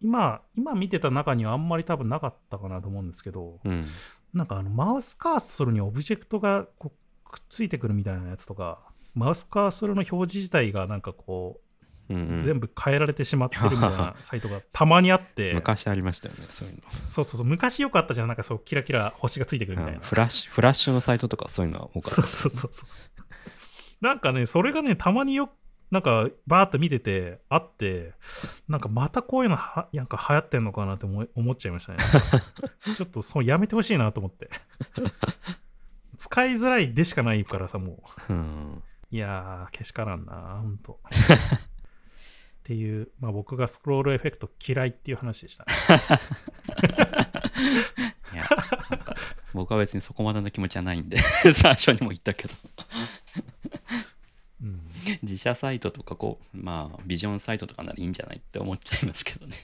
[SPEAKER 2] 今、今見てた中にはあんまり多分なかったかなと思うんですけど、
[SPEAKER 1] うん。
[SPEAKER 2] なんかあの、マウスカーソルにオブジェクトがこうくっついてくるみたいなやつとか、マウスカーソルの表示自体がなんかこ
[SPEAKER 1] うん
[SPEAKER 2] う、
[SPEAKER 1] うん
[SPEAKER 2] 全部変えられてしまってるみたいなサイトがたまにあっ て、
[SPEAKER 1] 昔ありましたよね、そういうの。
[SPEAKER 2] そうそうそう、昔よくあったじゃん、なんかそう、キラキラ星がついてくるみたいな。
[SPEAKER 1] うんフラッシュ、フラッシュのサイトとかそういうのは多かった
[SPEAKER 2] そうそうそうそう。なんかね、それがね、たまによ、なんか、バーっと見てて、あって、なんかまたこういうのは、なんか流行ってんのかなって思い思っちゃいましたね。ちょっとそうやめてほしいなと思って。使いづらいでしかないからさ、も
[SPEAKER 1] うん。
[SPEAKER 2] う。いやー、けしからんな、ほんと。っていう、まあ僕がスクロールエフェクト嫌いっていう話でした、ね。
[SPEAKER 1] いやなんか僕は別にそこまでの気持ちはないんで 最初にも言ったけど
[SPEAKER 2] うん
[SPEAKER 1] 自社サイトとかこうまあビジョンサイトとかならいいんじゃないって思っちゃいますけどね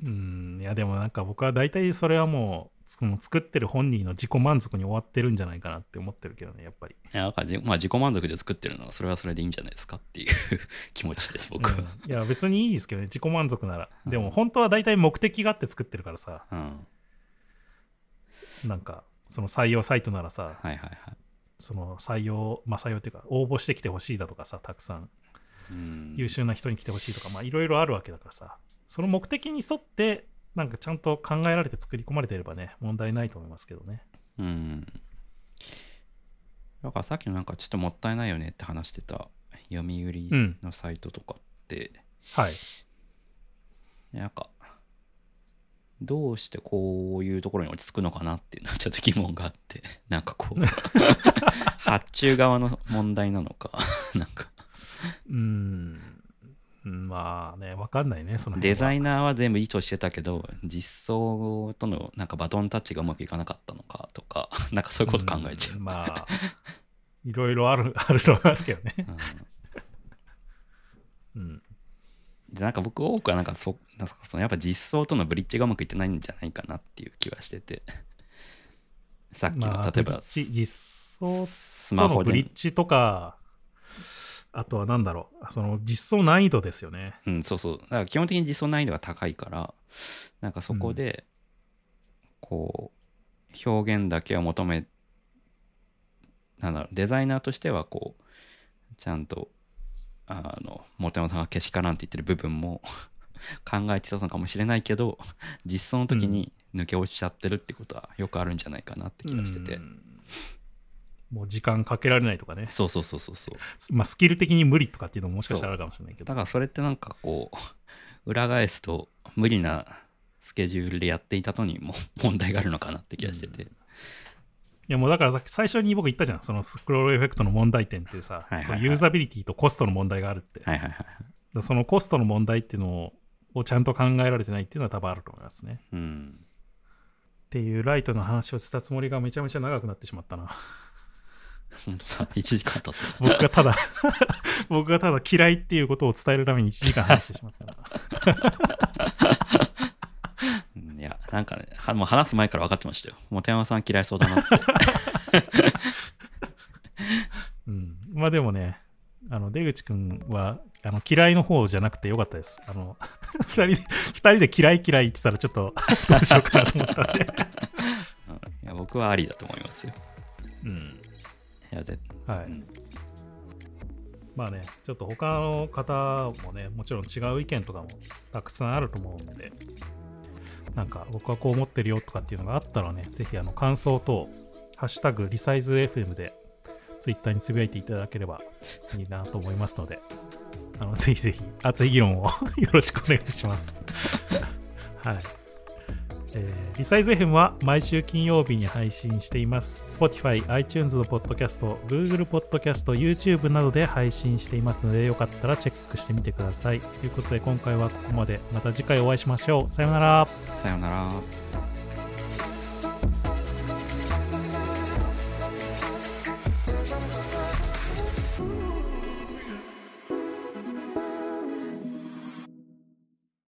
[SPEAKER 2] うん、いやでもなんか僕は大体それはもう、その作ってる本人の自己満足に終わってるんじゃないかなって思ってるけどね、やっぱり。
[SPEAKER 1] いやなんかじ、まあ、自己満足で作ってるのはそれはそれでいいんじゃないですかっていう 気持ちです僕は、
[SPEAKER 2] うんいや別にいいですけどね、自己満足なら。
[SPEAKER 1] うん
[SPEAKER 2] でも本当は大体目的があって作ってるからさ、
[SPEAKER 1] うん
[SPEAKER 2] なんかその採用サイトならさ、
[SPEAKER 1] はいはいはい
[SPEAKER 2] その採用、まあ採用っていうか応募してきてほしいだとかさ、たくさん
[SPEAKER 1] うん
[SPEAKER 2] 優秀な人に来てほしいとか、まあいろいろあるわけだからさ、その目的に沿って、なんかちゃんと考えられて作り込まれてればね、問題ないと思いますけどね。
[SPEAKER 1] うんだからさっきのなんかちょっともったいないよねって話してた読売
[SPEAKER 2] うん
[SPEAKER 1] のサイトとかって、
[SPEAKER 2] はい。
[SPEAKER 1] なんか、どうしてこういうところに落ち着くのかなっていうのはちょっと疑問があって、なんかこう、発注側の問題なのか、なんか、
[SPEAKER 2] うーん。まあね、わかんないね、その辺
[SPEAKER 1] デ
[SPEAKER 2] は
[SPEAKER 1] ザイナーは全部意図してたけど、実装とのなんかバトンタッチがうまくいかなかったのかとか、 なんかそういうこと考えちゃう。
[SPEAKER 2] んまあ、いろいろある、あると思いますけどね。
[SPEAKER 1] うん
[SPEAKER 2] うん。
[SPEAKER 1] でなんか僕多くはなんかそなんかそのやっぱ実装とのブリッジがうまくいってないんじゃないかなっていう気はしててさっきの、
[SPEAKER 2] まあ、
[SPEAKER 1] 例えば
[SPEAKER 2] ブリッジ実装
[SPEAKER 1] ス
[SPEAKER 2] と
[SPEAKER 1] マ
[SPEAKER 2] の
[SPEAKER 1] ホ
[SPEAKER 2] ブ
[SPEAKER 1] で
[SPEAKER 2] リッジとか、あとはなんだろう、その実装難易度ですよね。
[SPEAKER 1] うん、そうそう。だから基本的に実装難易度が高いから、なんかそこで、こう、表現だけを求めなんだろうデザイナーとしてはこうちゃんとあの本山さんが消しかなんて言ってる部分も 考えてたのかもしれないけど実装の時に抜け落ちちゃってるってことはよくあるんじゃないかなって気がしてて、
[SPEAKER 2] うんもう時間かけられないとかね、
[SPEAKER 1] そうそうそうそうそう
[SPEAKER 2] まあ、スキル的に無理とかっていうのももしかしたらあるかもしれないけ
[SPEAKER 1] だ
[SPEAKER 2] ど
[SPEAKER 1] からそれってなんかこう 裏返すと無理なスケジュールでやっていたのにも 問題があるのかなって気がしてて、
[SPEAKER 2] いやもうだからさ最初に僕言ったじゃんそのスクロールエフェクトの問題点っていうさ、
[SPEAKER 1] いはいはい
[SPEAKER 2] そのユーザビリティとコストの問題があるって、
[SPEAKER 1] はいはいはい
[SPEAKER 2] だそのコストの問題っていうのをちゃんと考えられてないっていうのは多分あると思いますね。
[SPEAKER 1] うん
[SPEAKER 2] っていうライトの話をしたつもりがめちゃめちゃ長くなってしまったな。
[SPEAKER 1] 本当だ1時間経ってた
[SPEAKER 2] 僕がただ、 僕がただ嫌いっていうことを伝えるために1時間話してしまったな。
[SPEAKER 1] うんいや、なんかね、はもう話す前から分かってましたよ。もて山さん嫌いそうだな って。
[SPEAKER 2] うん。まあでもね、あの出口くんはあの嫌いの方じゃなくてよかったです。あの、2人で、二人で嫌い嫌い言ってたらちょっとどうしようかなと思ったんで。
[SPEAKER 1] うんいや僕はありだと思いますよ。
[SPEAKER 2] うん。
[SPEAKER 1] いやで
[SPEAKER 2] は
[SPEAKER 1] う
[SPEAKER 2] い
[SPEAKER 1] ん。
[SPEAKER 2] まあね、ちょっと他の方もね、もちろん違う意見とかもたくさんあると思うんで、なんか僕はこう思ってるよとかっていうのがあったらね、ぜひあの感想と、ハッシュタグリサイズ FM でツイッターにつぶやいていただければいいなと思いますので、あのぜひぜひ熱い議論を よろしくお願いし ます。はい。えーリサイズ FM は毎週金曜日に配信しています。Spotify、iTunes のポッドキャスト、Google ポッドキャスト、YouTube などで配信していますので、よかったらチェックしてみてください。ということで、今回はここまで。また次回お会いしましょう。さようなら。
[SPEAKER 1] さよなら。